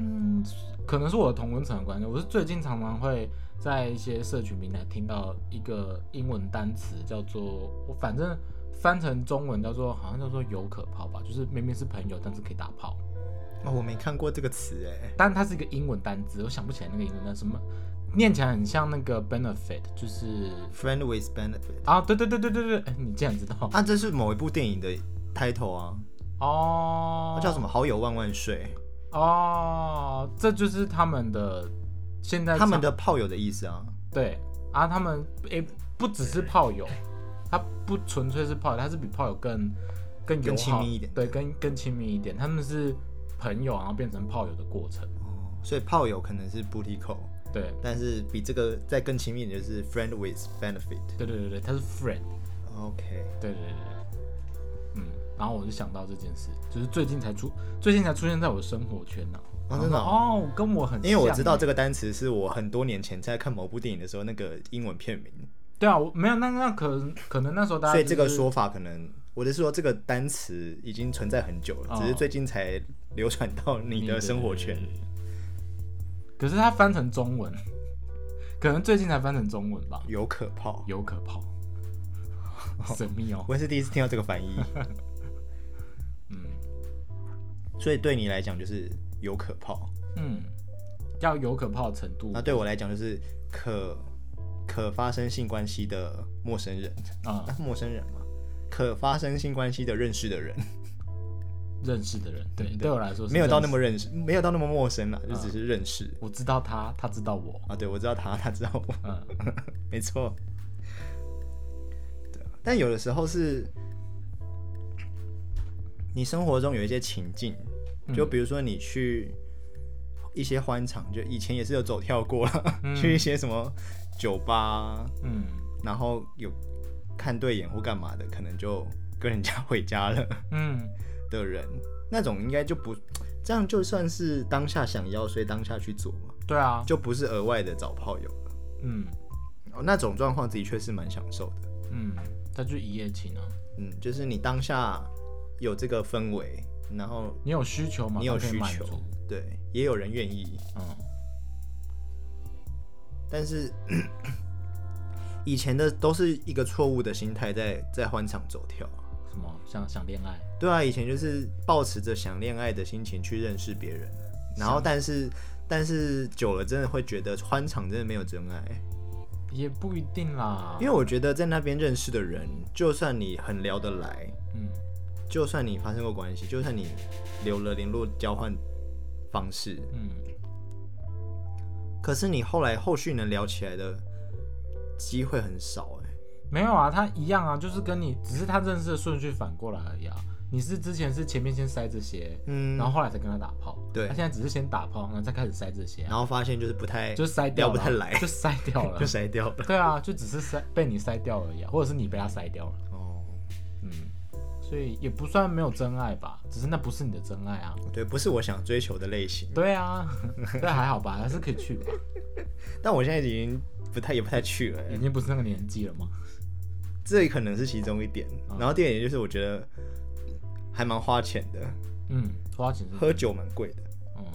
Speaker 2: 可能是我的同温层的关系，我是最近常常会在一些社群平台听到一个英文单词叫做，我反正翻成中文叫做好像叫做有可炮吧，就是明明是朋友，但是可以打炮。
Speaker 1: 哦，我没看过这个词哎。
Speaker 2: 但它是一个英文单词，我想不起来那个英文单词什么，念起来很像那个 benefit，就是
Speaker 1: Friend with benefit
Speaker 2: 啊，对对对对对对，哎，你竟然知道
Speaker 1: 啊，这是某一部电影的 title 啊，
Speaker 2: 哦
Speaker 1: 它，叫什么？好友万万岁，
Speaker 2: 哦，这就是他们的现在
Speaker 1: 他们的炮友的意思啊。
Speaker 2: 对啊，他们诶、不只是炮友，他不纯粹是炮友，他是比炮友更更友
Speaker 1: 更亲
Speaker 2: 好
Speaker 1: 密一点
Speaker 2: 对，更更亲密一点，他们是朋友，然后变成炮友的过程，
Speaker 1: 哦，所以炮友可能是 booty call，
Speaker 2: 对。
Speaker 1: 但是比这个再更亲密的就是 friend with benefit。
Speaker 2: 对对对对，他是 friend，
Speaker 1: OK，
Speaker 2: 对对对对，嗯，然后我就想到这件事，就是最近才出，最近才出现在我的生活圈呢、
Speaker 1: 哦
Speaker 2: 然后
Speaker 1: 真的
Speaker 2: 哦，跟我很像欸，
Speaker 1: 因为我知道这个单词是我很多年前在看某部电影的时候那个英文片名，
Speaker 2: 对啊，我没有，那那可能可能那时候大家、
Speaker 1: 所
Speaker 2: 就
Speaker 1: 以这个
Speaker 2: 是
Speaker 1: 说法可能我是说这个单词已经存在很久了，
Speaker 2: 哦嗯
Speaker 1: 只是最近才流传到你的生活圈。
Speaker 2: 可是它翻成中文，可能最近才翻成中文吧。
Speaker 1: 有可炮。
Speaker 2: 有可泡， [LAUGHS] 神秘哦。
Speaker 1: 我也是第一次听到这个
Speaker 2: [LAUGHS]
Speaker 1: 翻译，
Speaker 2: 嗯
Speaker 1: 所以对你来讲就是有可泡，
Speaker 2: 嗯，要有可泡的程度
Speaker 1: 那对我来讲就是可可发生性关系的陌生人，
Speaker 2: 啊、
Speaker 1: 啊、陌生人嘛，可发生性关系的认识的人，
Speaker 2: 认识的人，对，对我来哦说是
Speaker 1: 没有到
Speaker 2: 认
Speaker 1: 那
Speaker 2: 识，哦
Speaker 1: 么认识，没有到那么陌生啦，就只是认识。
Speaker 2: 我知道他，他知道
Speaker 1: [LAUGHS]
Speaker 2: 我，
Speaker 1: 啊，对，我知道他，他知道我，
Speaker 2: 嗯，
Speaker 1: [LAUGHS] 没错。对啊，但有的时候是，你生活中有一些情境，就比如说你去一些欢场，就以前也是有走跳过啦， [LAUGHS] 去一些什么酒吧，
Speaker 2: 嗯，
Speaker 1: 然后有看对眼或干嘛的，可能就跟人家回家了
Speaker 2: 嗯，
Speaker 1: 的人，那种应该就不这样，就算是当下想要，所以当下去做嘛，
Speaker 2: 对啊，
Speaker 1: 就不是额外的找炮友。
Speaker 2: 嗯
Speaker 1: 哦，那种状况的确是蛮享受的。
Speaker 2: 嗯，他就一夜情啊。
Speaker 1: 嗯，就是你当下有这个氛围，然后
Speaker 2: 你有需求吗？
Speaker 1: 你有
Speaker 2: 可以
Speaker 1: 需
Speaker 2: 满
Speaker 1: 求
Speaker 2: 足，
Speaker 1: 对，也有人愿意。
Speaker 2: 嗯，
Speaker 1: 但是以前的都是一个错误的心态在在欢场走跳。啊
Speaker 2: 什么想想恋爱，
Speaker 1: 对啊，以前就是抱持着想恋爱的心情去认识别人，啊然后但是但是久了真的会觉得欢场真的没有真爱，
Speaker 2: 也不一定啦
Speaker 1: 因。为我觉得在那边认识的人，就算你很聊得来，
Speaker 2: 嗯，
Speaker 1: 就算你发生过关系，就算你留了联络交换方式，
Speaker 2: 嗯，
Speaker 1: 可是你后来后续能聊起来的机会很少哎、
Speaker 2: 没有啊，他一样啊，就是跟你，只是他认识的顺序反过来而已啊。你是之前是前面先塞这些，
Speaker 1: 嗯，
Speaker 2: 然后后来才跟他打炮。
Speaker 1: 对
Speaker 2: 他现在只是先打炮，然后再开始塞这些、啊，
Speaker 1: 然后发现就是不太 [LAUGHS]
Speaker 2: 就塞掉
Speaker 1: 哎聊
Speaker 2: 了
Speaker 1: 不
Speaker 2: 啊，
Speaker 1: 太来，
Speaker 2: 就塞掉
Speaker 1: [LAUGHS]
Speaker 2: 了
Speaker 1: 就。筛掉了。
Speaker 2: 对啊，就只是塞被你塞掉而已、啊，或者是你被他塞掉了。
Speaker 1: 哦，
Speaker 2: 嗯，所以也不算没有真爱吧，只是那不是你的真爱啊。
Speaker 1: 对，不是我想追求的类型，
Speaker 2: 对
Speaker 1: [LAUGHS]
Speaker 2: 啊，这还好吧，还是可以去吧。
Speaker 1: 但我现在已经不太也不太去了、
Speaker 2: 已
Speaker 1: 欸，
Speaker 2: 经不是那个年纪了吗？
Speaker 1: 这可能是其中一点。
Speaker 2: 嗯
Speaker 1: 然后第二点就是我觉得还蛮花钱的，
Speaker 2: 嗯，花钱是
Speaker 1: 喝酒蛮贵的。
Speaker 2: 嗯，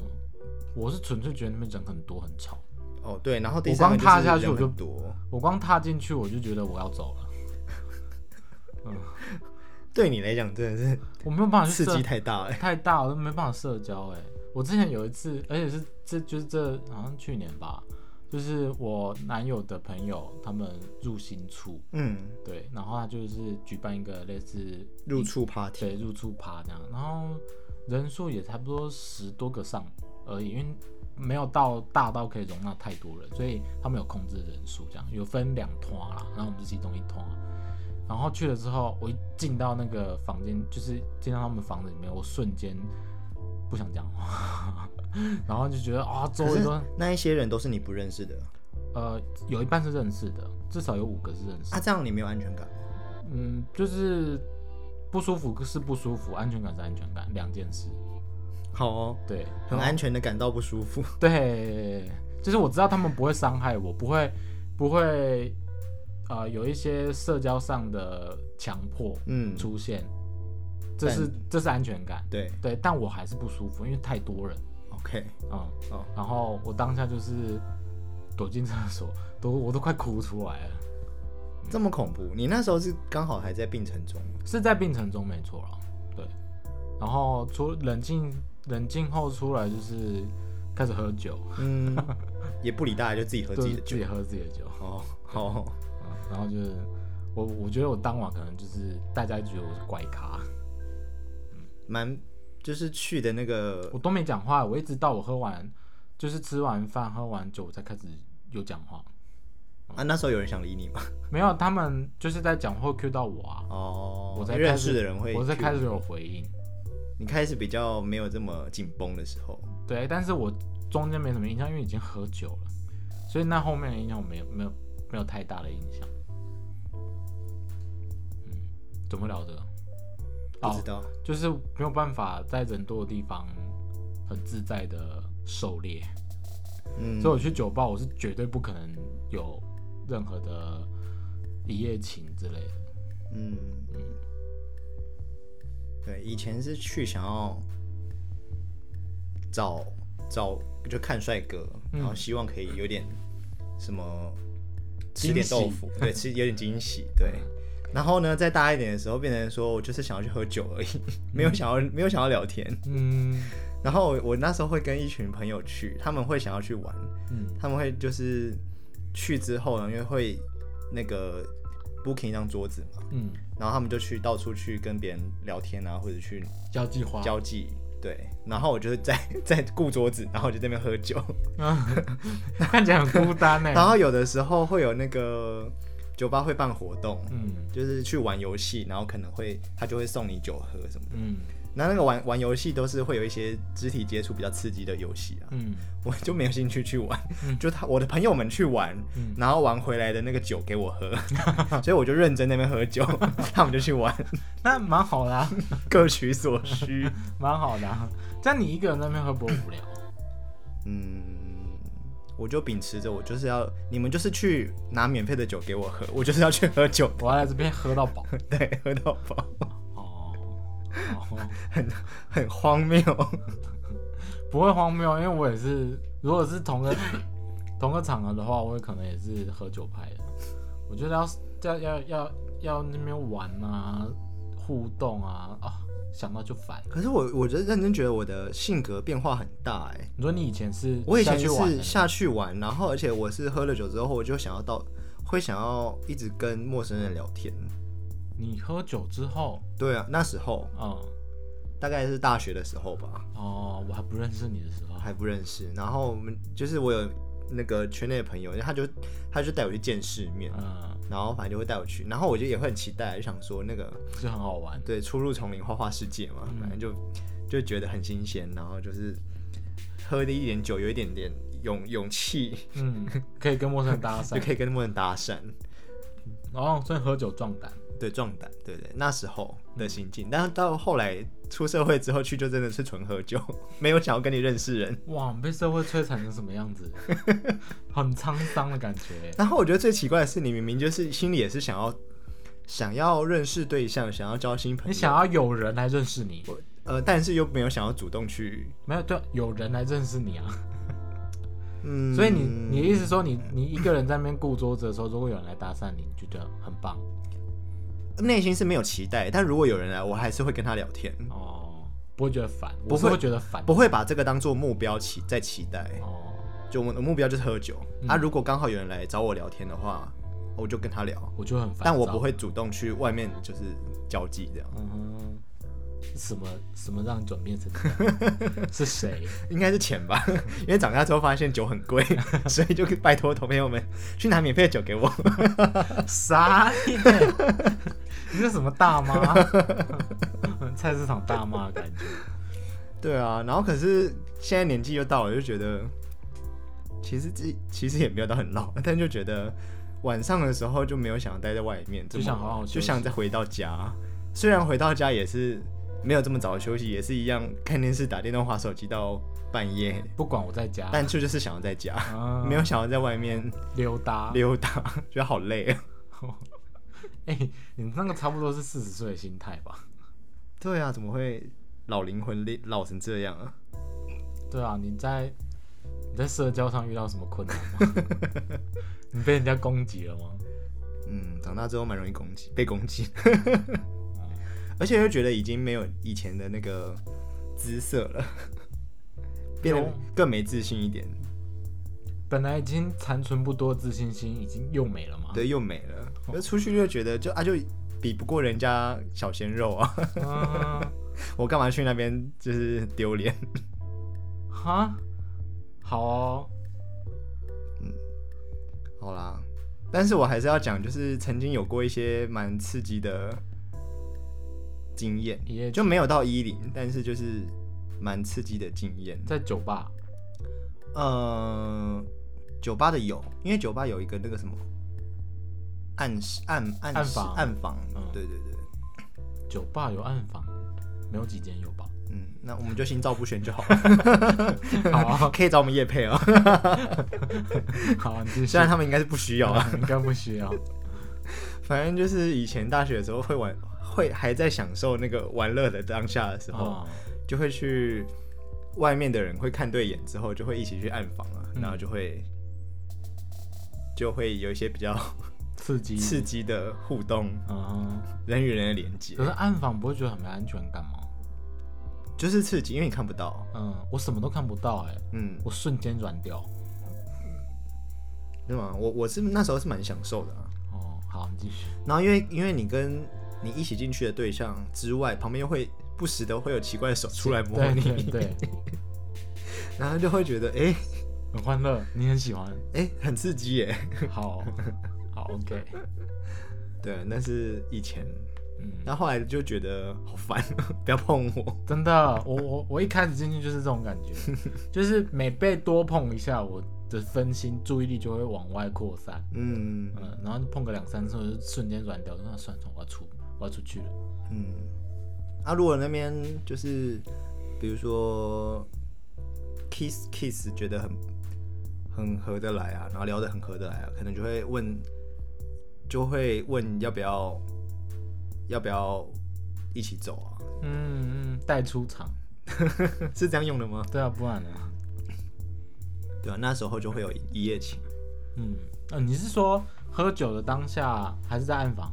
Speaker 2: 我是纯粹觉得那边人很多很吵，
Speaker 1: 哦，对，然后第
Speaker 2: 我
Speaker 1: 三个
Speaker 2: 刚
Speaker 1: 就
Speaker 2: 踏
Speaker 1: 是
Speaker 2: 下去
Speaker 1: 人
Speaker 2: 我就
Speaker 1: 很多。
Speaker 2: 我光踏进去我就觉得我要走了，
Speaker 1: 对你来讲真的
Speaker 2: [LAUGHS]
Speaker 1: 是
Speaker 2: 我没有办法去
Speaker 1: 刺
Speaker 2: 社
Speaker 1: 激太大了、欸
Speaker 2: 太大，我都没办法社交哎、我之前有一次，而且是这就是这好像去年吧，就是我男友的朋友他们入新处，
Speaker 1: 嗯，
Speaker 2: 对，然后他就是举办一个类似
Speaker 1: 入处 party，
Speaker 2: 对入住趴这样，然后人数也差不多十多个上而已，因为没有到大到可以容纳太多人，所以他们有控制人数，这样有分两团啦，然后我们是其中一团。然后去了之后，我一进到那个房间，就是进到他们房子里面，我瞬间不想讲话， [LAUGHS] 然后就觉得啊、周
Speaker 1: 可
Speaker 2: 围
Speaker 1: 是
Speaker 2: 都
Speaker 1: 那一些人都是你不认识的
Speaker 2: 呃有一半是认识的，至少有五个是认识的
Speaker 1: 啊，这样你没有安全感吗。
Speaker 2: 嗯，就是不舒服是不舒服，安全感是安全感，两件事。
Speaker 1: 好哦，
Speaker 2: 对，
Speaker 1: 很安全的感到不舒服。
Speaker 2: 对，就是我知道他们不会伤害我，不会不会呃有一些社交上的强迫
Speaker 1: 嗯，
Speaker 2: 出现，这是这是安全感。
Speaker 1: 对
Speaker 2: 对，但我还是不舒服，因为太多人。
Speaker 1: ，OK，
Speaker 2: 嗯，
Speaker 1: 哦
Speaker 2: 然后我当下就是躲进厕所，都我都快哭出来了，
Speaker 1: 这么恐怖。你那时候是刚好还在病程中吗，
Speaker 2: 是在病程中没错了。对，然后出冷静冷静后出来就是开始喝酒， [LAUGHS]
Speaker 1: 嗯，也不理大家，就自己喝自
Speaker 2: 就
Speaker 1: 己
Speaker 2: 是
Speaker 1: 的
Speaker 2: 自
Speaker 1: 酒。
Speaker 2: 己喝自己的酒。
Speaker 1: 哦，好哦，
Speaker 2: 嗯，然后就是我我觉得我当晚可能就是大家觉得我是怪咖，
Speaker 1: 蛮就是去的那个
Speaker 2: 我都没讲话，我一直到我喝完就是吃完饭喝完酒我才开始有讲话，
Speaker 1: 啊，那时候有人想理你吗？
Speaker 2: 没有他们就是在讲话 Q 到我啊，
Speaker 1: 哦，
Speaker 2: 我在
Speaker 1: 认
Speaker 2: 开始
Speaker 1: 识的人会，
Speaker 2: 我在开始，有回应，
Speaker 1: 你开始比较没有这么紧绷的时候，
Speaker 2: 对，但是我中间没什么印象，因为已经喝酒了，所以那后面的印象我没有没有没有太大的印象，嗯，怎么聊的？
Speaker 1: 不
Speaker 2: 哦
Speaker 1: 知道。
Speaker 2: 就是没有办法在人多的地方很自在的狩猎，
Speaker 1: 嗯，
Speaker 2: 所以我去酒吧，我是绝对不可能有任何的一夜情之类的。
Speaker 1: 嗯，对，以前是去想要找找就看帅哥，然后希望可以有点什么吃点豆腐，对，吃有点惊喜，对。然后呢，再大一点的时候，变成说我就是想要去喝酒而已，没有想要没有想要聊天。
Speaker 2: 嗯
Speaker 1: 然后我我那时候会跟一群朋友去，他们会想要去玩，
Speaker 2: 嗯
Speaker 1: 他们会就是去之后呢，因为会那个 booking 一张桌子嘛，
Speaker 2: 嗯，
Speaker 1: 然后他们就去到处去跟别人聊天啊，或者去
Speaker 2: 交际花，
Speaker 1: 交际。对，然后我就是在 [LAUGHS] 在顾桌子，然后我就在那边喝酒。
Speaker 2: 看起来很孤单欸 [LAUGHS] 呢。
Speaker 1: 然后有的时候会有那个酒吧会办活动，
Speaker 2: 嗯
Speaker 1: 就是去玩游戏，然后可能会他就会送你酒喝什么的。
Speaker 2: 嗯
Speaker 1: 那那个玩玩游戏都是会有一些肢体接触比较刺激的游戏啊，
Speaker 2: 嗯
Speaker 1: 我就没有兴趣去玩。就他我的朋友们去玩，然后玩回来的那个酒给我喝，所以我就认真在那边喝酒，他们就去玩，
Speaker 2: 那蛮好的、啊，
Speaker 1: 各取所需。
Speaker 2: [LAUGHS] 蛮好的、啊。但你一个人在那边会不会无聊？
Speaker 1: 嗯，我就秉持着我就是要你们就是去拿免费的酒给我喝，我就是要去喝酒，
Speaker 2: 我要在这边喝到饱。
Speaker 1: 对，喝到饱，
Speaker 2: 哦哦，
Speaker 1: 很荒谬。
Speaker 2: 不会荒谬，因为我也是，如果是同个 [COUGHS] 同个场合的话，我也可能也是喝酒派的。我觉得要要要要要那边玩啊，互动啊，啊，想到就烦。
Speaker 1: 可是我我觉得认真觉得我的性格变化很大哎、
Speaker 2: 你说你以前是
Speaker 1: 我以前
Speaker 2: 下去玩的
Speaker 1: 是
Speaker 2: 吗
Speaker 1: 下去玩，然后而且我是喝了酒之后，我就想要到会想要一直跟陌生人聊天。
Speaker 2: 你喝酒之后，
Speaker 1: 对啊，那时候
Speaker 2: 嗯，
Speaker 1: 大概是大学的时候吧，
Speaker 2: 哦，我还不认识你的时候，
Speaker 1: 还不认识。然后我们就是我有那个圈内的朋友，他就他就带我去见世面，
Speaker 2: 嗯，
Speaker 1: 然后反正就会带我去，然后我就也会很期待，就想说那个
Speaker 2: 就很好玩。
Speaker 1: 对初入丛林花花世界嘛，
Speaker 2: 嗯
Speaker 1: 反正就就觉得很新鲜，然后就是喝了一点酒，有一点点勇勇气， [LAUGHS]
Speaker 2: 嗯，可以跟陌生人搭
Speaker 1: 就
Speaker 2: 讪，
Speaker 1: 可以跟陌生人搭讪，
Speaker 2: 然后所以喝酒壮胆。
Speaker 1: 对壮胆，对对，那时候的心
Speaker 2: 嗯
Speaker 1: 境。但是到后来出社会之后去，就真的是纯喝酒， [LAUGHS] 没有想要跟你认识人。
Speaker 2: 哇，你被社会摧残成什么样
Speaker 1: [LAUGHS]
Speaker 2: 子？很沧桑的感觉。
Speaker 1: 然后我觉得最奇怪的是，你明明就是心里也是想要想要认识对象，想要交新朋友，
Speaker 2: 你想要有人来认识你，
Speaker 1: 呃，但是又没有想要主动去，
Speaker 2: 没有对，啊有人来认识你啊。
Speaker 1: 嗯，
Speaker 2: 所以你你的意思说你你一个人在那边顾桌子的时候，如果有人来搭讪你，你就觉得很棒
Speaker 1: 内心是没有期待，但如果有人来，我还是会跟他聊天，
Speaker 2: 哦，不会觉得烦，
Speaker 1: 不
Speaker 2: 我是
Speaker 1: 会
Speaker 2: 会觉得烦
Speaker 1: 不会把这个当做目标期在期待。
Speaker 2: 哦。
Speaker 1: 就我们的目标就是喝酒、
Speaker 2: 嗯
Speaker 1: 啊，如果刚好有人来找我聊天的话，我就跟他聊，
Speaker 2: 我就很烦，
Speaker 1: 但我不。会主动去外面就是交际这样。
Speaker 2: 嗯哼，什么什么让你转变成这
Speaker 1: [LAUGHS]
Speaker 2: 样？是谁？
Speaker 1: 应该是钱吧， [LAUGHS] 因为长大之后发现酒很贵， [LAUGHS] 所以就拜托同朋友们去拿免费的酒给我。
Speaker 2: 啥耶？ [LAUGHS] 你是什么大妈？ [LAUGHS] 菜市场大妈的感觉。
Speaker 1: 对啊，然后可是现在年纪又到了，就觉得其实自己其实也没有到很老，但就觉得晚上的时候就没有想要待在外面，
Speaker 2: 就想好好休息
Speaker 1: 就想再回到家。虽然回到家也是没有这么早休息，也是一样看电视、打电动、划手机到半夜，
Speaker 2: 不管我在家，
Speaker 1: 但这就是想要在家，
Speaker 2: 啊
Speaker 1: 没有想要在外面
Speaker 2: 溜达。
Speaker 1: 溜达，觉得好累啊。
Speaker 2: 哎、你那个差不多是四十岁的心态吧？
Speaker 1: 对啊，怎么会老灵魂累老成这样啊？
Speaker 2: 对啊，你在你在社交上遇到什么困难
Speaker 1: [LAUGHS]
Speaker 2: 吗？你被人家攻击了吗？
Speaker 1: 嗯，长大之后蛮容易攻击，被攻击，而且又觉得已经没有以前的那个姿色了，变得
Speaker 2: 有
Speaker 1: 更没自信一点，
Speaker 2: 本来已经残存不多的自信心，已经又没了吗？
Speaker 1: 对，又没了。就出去就觉得就啊，就比不过人家小鲜肉啊，[LAUGHS]
Speaker 2: [LAUGHS] 啊
Speaker 1: 我干嘛去那边就是丢脸？
Speaker 2: 哈，好哦，
Speaker 1: 好啦，但是我还是要讲，就是曾经有过一些蛮刺激的经验，
Speaker 2: 一夜
Speaker 1: 就没有到一零，但是就是蛮刺激的经验。
Speaker 2: 在酒吧，
Speaker 1: 呃，酒吧的有，因为酒吧有一个那个什么暗室、暗暗
Speaker 2: 暗
Speaker 1: 室
Speaker 2: 房
Speaker 1: 暗房，
Speaker 2: 嗯
Speaker 1: 对对对，
Speaker 2: 酒吧有暗房，没有几间有
Speaker 1: [LAUGHS]
Speaker 2: 吧？
Speaker 1: 嗯，那我们就心照不宣就好了。
Speaker 2: 好啊，
Speaker 1: 可以找我们叶配哦，
Speaker 2: 好啊，你继
Speaker 1: [LAUGHS]
Speaker 2: 续
Speaker 1: 虽然他们应该是不需要
Speaker 2: [LAUGHS]
Speaker 1: 啊。
Speaker 2: 应该不需要。
Speaker 1: 嗯反正就是以前大学的时候会玩，会还在享受那个玩乐的当下的时候，
Speaker 2: 啊，
Speaker 1: 就会去外面的人会看对眼之后，就会一起去暗访啊，
Speaker 2: 嗯
Speaker 1: 然后就会就会有一些比较
Speaker 2: 刺激，
Speaker 1: 刺激的互动，
Speaker 2: 嗯，
Speaker 1: 人与人的连接
Speaker 2: 可，是暗访不会觉得很没安全感吗？
Speaker 1: 就是刺激，因为你看不到，
Speaker 2: 嗯，我什么都看不到、哎，
Speaker 1: 嗯，
Speaker 2: 我瞬间软掉。
Speaker 1: 对吗？我我是那时候是蛮享受的啊。
Speaker 2: 哦，好，你继续。
Speaker 1: 然后因为因为你跟你一起进去的对象之外，旁边又会不时的会有奇怪的手出来摸
Speaker 2: 对
Speaker 1: 你，
Speaker 2: 对对，
Speaker 1: 然后就会觉得哎哎、
Speaker 2: 很欢乐，你很喜欢。
Speaker 1: 诶很刺激耶。
Speaker 2: 好，好，OK，
Speaker 1: 对，那是以前，
Speaker 2: 嗯，
Speaker 1: 然后后来就觉得好烦， [LAUGHS] 不要碰我。
Speaker 2: 真的，我我我一开始进去就是这种感觉，就是每被多碰一下，我的分心注意力就会往外扩散，
Speaker 1: 嗯
Speaker 2: 嗯，然后碰个两三次，我就瞬间软掉，那算了，我要出，我要出去了。
Speaker 1: 嗯，啊，如果那边就是比如说 kiss kiss 觉得很很合得来啊，然后聊得很合得来啊，可能就会问，就会问要不要要不要一起走 [LAUGHS] 啊？
Speaker 2: 嗯嗯，带出场，
Speaker 1: 是这样用的吗？
Speaker 2: 对啊，不然呢？
Speaker 1: 对啊，那时候就会有一夜情，
Speaker 2: 嗯，呃，你是说喝酒的当下，还是在暗房？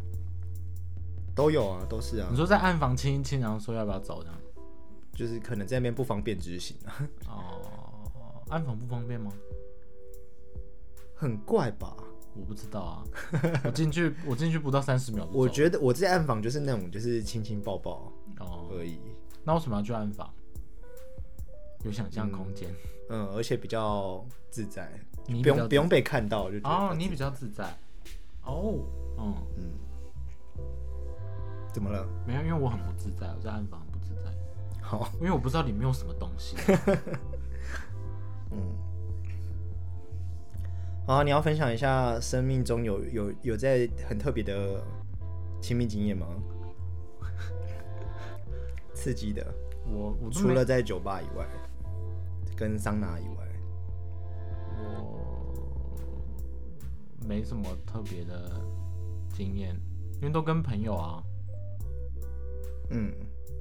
Speaker 1: 都有啊，都是啊 [LAUGHS]
Speaker 2: 你，说在暗房亲一亲，然后说要不要走这样？
Speaker 1: 就是可能在那边不方便执行啊，
Speaker 2: 哦，暗房不方便吗？
Speaker 1: 很怪吧？
Speaker 2: 我不知道啊， [LAUGHS] 我进去我进去不到三十秒就走
Speaker 1: 我觉得我在暗访就是那种就是亲亲抱抱
Speaker 2: 哦，
Speaker 1: 而已。
Speaker 2: 那为什么要去暗房？有想象空间、
Speaker 1: 嗯，而且比较自在，嗯
Speaker 2: 你
Speaker 1: 不
Speaker 2: 比较
Speaker 1: 用不用被看到，就觉得
Speaker 2: 哦，你比较自在哦，嗯，
Speaker 1: 嗯，怎么了？
Speaker 2: 没有，因为我很不自在，我在暗房不自在，
Speaker 1: 好，
Speaker 2: 因为我不知道里面有什么东
Speaker 1: [LAUGHS]
Speaker 2: 西。
Speaker 1: 嗯，好啊，你要分享一下生命中有有有在很特别的亲密经验
Speaker 2: [LAUGHS]
Speaker 1: 吗？刺激的，
Speaker 2: 我我都
Speaker 1: 除
Speaker 2: 没
Speaker 1: 了在酒吧以外，跟桑拿以外，
Speaker 2: 我没什么特别的经验，因为都跟朋友啊，
Speaker 1: 嗯，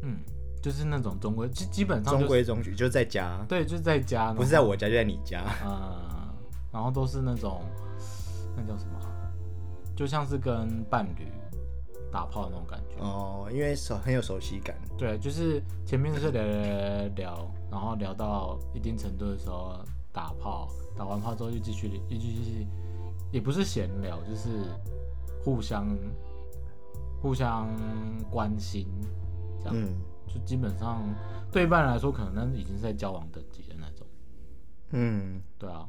Speaker 2: 嗯，就是那种中规，基基本上、就是、
Speaker 1: 中规中矩，就在家，
Speaker 2: 对，就是在家，
Speaker 1: 不是在我家就在你家，
Speaker 2: 呃，然后都是那种那叫什么啊，就像是跟伴侣打炮的那种感觉。
Speaker 1: 哦，因为熟很有熟悉感，
Speaker 2: 对，就是前面就是聊聊聊聊聊，然后聊到一定程度的时候打炮，打完炮之后就继续一继续，也不是闲聊，就是互相互相关心这样。
Speaker 1: 嗯，
Speaker 2: 就基本上对一般人来说，可能已经是在交往等级的那种。
Speaker 1: 嗯，
Speaker 2: 对啊，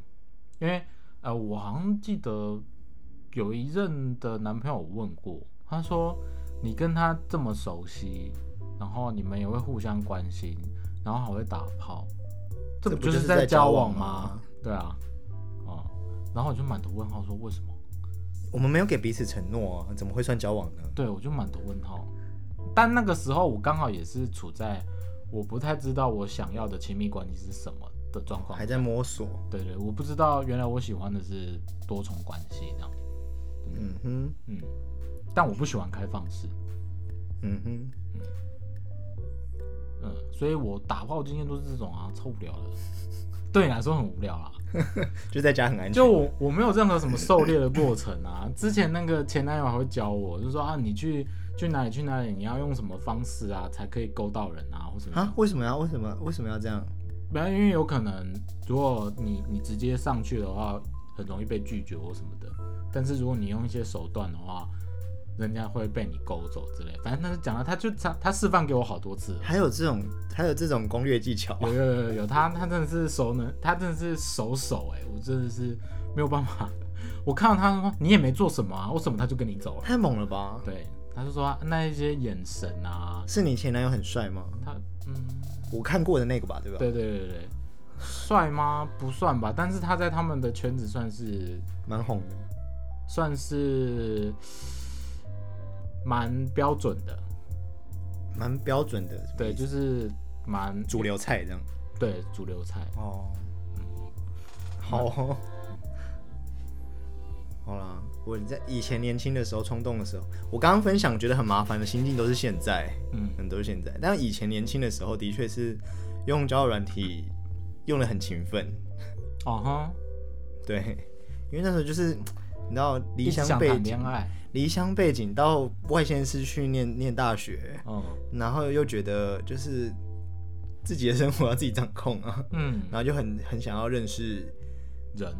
Speaker 2: 因为呃，我好像记得有一任的男朋友问过，他说你跟他这么熟悉，然后你们也会互相关心，然后还会打炮，
Speaker 1: 这
Speaker 2: 这不
Speaker 1: 不就
Speaker 2: 就
Speaker 1: 是是在交
Speaker 2: 交
Speaker 1: 往
Speaker 2: 往
Speaker 1: 吗？
Speaker 2: 对啊，哦、然后我就满头问号说为什么？
Speaker 1: 我们没有给彼此承诺啊，怎么会算交往呢？
Speaker 2: 对，我就满头问号。但那个时候我刚好也是处在我不太知道我想要的亲密关系是什么的状况
Speaker 1: 还，在摸索。
Speaker 2: 对对，我不知道原来我喜欢的是多重关系这样。
Speaker 1: 嗯哼，
Speaker 2: 嗯，但我不喜欢开放式，
Speaker 1: 嗯哼，
Speaker 2: 嗯，所以我打炮经验都是这种啊，超无聊的，对你来说很无聊啦。
Speaker 1: 就在家很安全。
Speaker 2: 就我我没有任何什么狩猎的过程啊，之前那个前男友还会教我，就说啊，你去去哪里去哪里，你要用什么方式啊，才可以勾到人啊，或什么
Speaker 1: 啊？为什么要为什么为什么要这样？
Speaker 2: 没有，因为有可能，如果你你直接上去的话，很容易被拒绝或什么的。但是如果你用一些手段的话，人家会被你勾走之类。反正他就讲了，他就他他示范给我好多次了。
Speaker 1: 还有这种还有这种攻略技巧啊、
Speaker 2: 有有有有有，他他真的是熟能，他真的是熟手哎、我真的是没有办法。我看到他说你也没做什么啊，为什么他就跟你走了？
Speaker 1: 太猛了吧？
Speaker 2: 对，他就说啊那一些眼神啊，
Speaker 1: 是你前男友很帅吗？
Speaker 2: 他嗯，
Speaker 1: 我看过的那个吧，对吧？
Speaker 2: 对对对对对，帅吗？不算吧，但是他在他们的圈子算是
Speaker 1: 蛮红的。
Speaker 2: 算是蛮标准的，
Speaker 1: 蛮标准的，什么
Speaker 2: 对，
Speaker 1: 意思
Speaker 2: 就是蛮
Speaker 1: 主流菜这样。
Speaker 2: 对主流菜。
Speaker 1: 哦，好
Speaker 2: 嗯
Speaker 1: 哦，好啦，我在以前年轻的时候冲动的时候，我刚刚分享觉得很麻烦的心境都是现在，
Speaker 2: 嗯，
Speaker 1: 很多现在。但以前年轻的时候，的确是用交友软体用的很勤奋，
Speaker 2: 哦哈，
Speaker 1: 对，因为那时候就是你知道离
Speaker 2: 一直
Speaker 1: 乡
Speaker 2: 想
Speaker 1: 背
Speaker 2: 谈
Speaker 1: 景
Speaker 2: 恋，爱，
Speaker 1: 离乡背景到外县市去念念大学，
Speaker 2: 嗯
Speaker 1: 然后又觉得就是自己的生活要自己掌控啊。
Speaker 2: 嗯，
Speaker 1: 然后就很很想要认识
Speaker 2: 人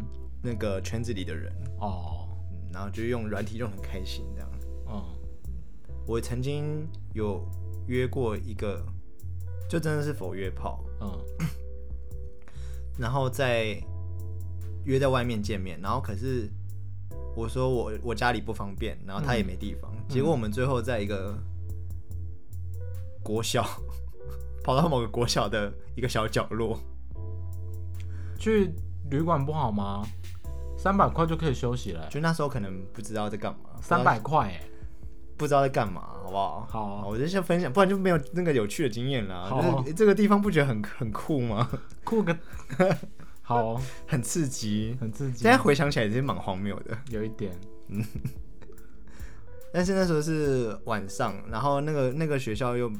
Speaker 1: 那个圈子里的人，
Speaker 2: 哦，
Speaker 1: 嗯然后就用软体用得很开心这样。
Speaker 2: 嗯
Speaker 1: 我曾经有约过一个，就真的是否约炮，
Speaker 2: 嗯
Speaker 1: 然后在约在外面见面，然后可是我说我我家里不方便，然后他也没地方，
Speaker 2: 嗯
Speaker 1: 结果我们最后在一个国小 [LAUGHS] 跑到某个国小的一个小角落，
Speaker 2: 去旅馆不好吗？三百块就可以休息了欸、
Speaker 1: 就那时候可能不知道在干嘛，不知道
Speaker 2: 三百块哎，
Speaker 1: 不知道在干嘛，好不好？
Speaker 2: 好啊
Speaker 1: 我就先分享，不然就没有那个有趣的经验啦。
Speaker 2: 好啊
Speaker 1: 就是诶这个地方不觉得很很酷吗？ [LAUGHS]
Speaker 2: 酷个好哦，
Speaker 1: 很刺激。
Speaker 2: 很刺激
Speaker 1: 现，在回想起来，其实蛮荒谬的。
Speaker 2: 有一点，
Speaker 1: 但是那时候是晚上，然后那个那个学校又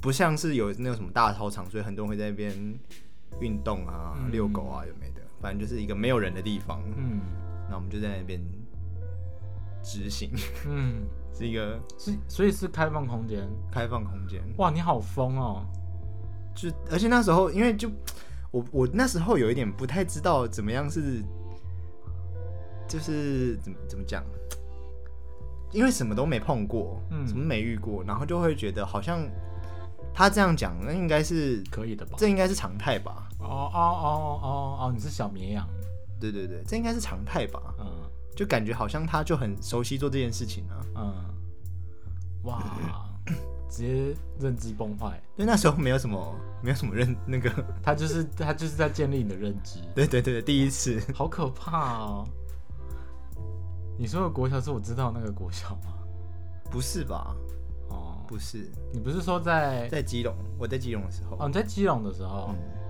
Speaker 1: 不像是有那个什么大操场，所以很多人会在那边运动啊、
Speaker 2: 嗯
Speaker 1: 遛狗啊，有没的。反正就是一个没有人的地方，
Speaker 2: 嗯
Speaker 1: 那我们就在那边执行， [LAUGHS]
Speaker 2: 嗯，
Speaker 1: 是一个
Speaker 2: 是所以是开放空间。
Speaker 1: 开放空间。
Speaker 2: 哇，你好疯哦！
Speaker 1: 就而且那时候，因为就我我那时候有一点不太知道怎么样是，就是怎么怎么讲，因为什么都没碰过，
Speaker 2: 嗯
Speaker 1: 什么没遇过，然后就会觉得好像他这样讲，那应该是
Speaker 2: 可以的吧？
Speaker 1: 这应该是常态吧？
Speaker 2: 哦哦哦哦哦，你是小绵羊，
Speaker 1: 对对对，这应该是常态吧？
Speaker 2: 嗯
Speaker 1: 就感觉好像他就很熟悉做这件事情啊。
Speaker 2: 嗯，哇，直接认知崩坏，
Speaker 1: 因为那时候没有什么没有什么认那个，
Speaker 2: 他就是他就是在建立你的认知，
Speaker 1: 对对对，第一次
Speaker 2: [LAUGHS] 好可怕哦！你说的国小是我知道那个国小吗？
Speaker 1: 不是吧？
Speaker 2: 哦，
Speaker 1: 不是，
Speaker 2: 你不是说在
Speaker 1: 在基隆，我在基隆的时候，
Speaker 2: 哦你在基隆的时候，
Speaker 1: 嗯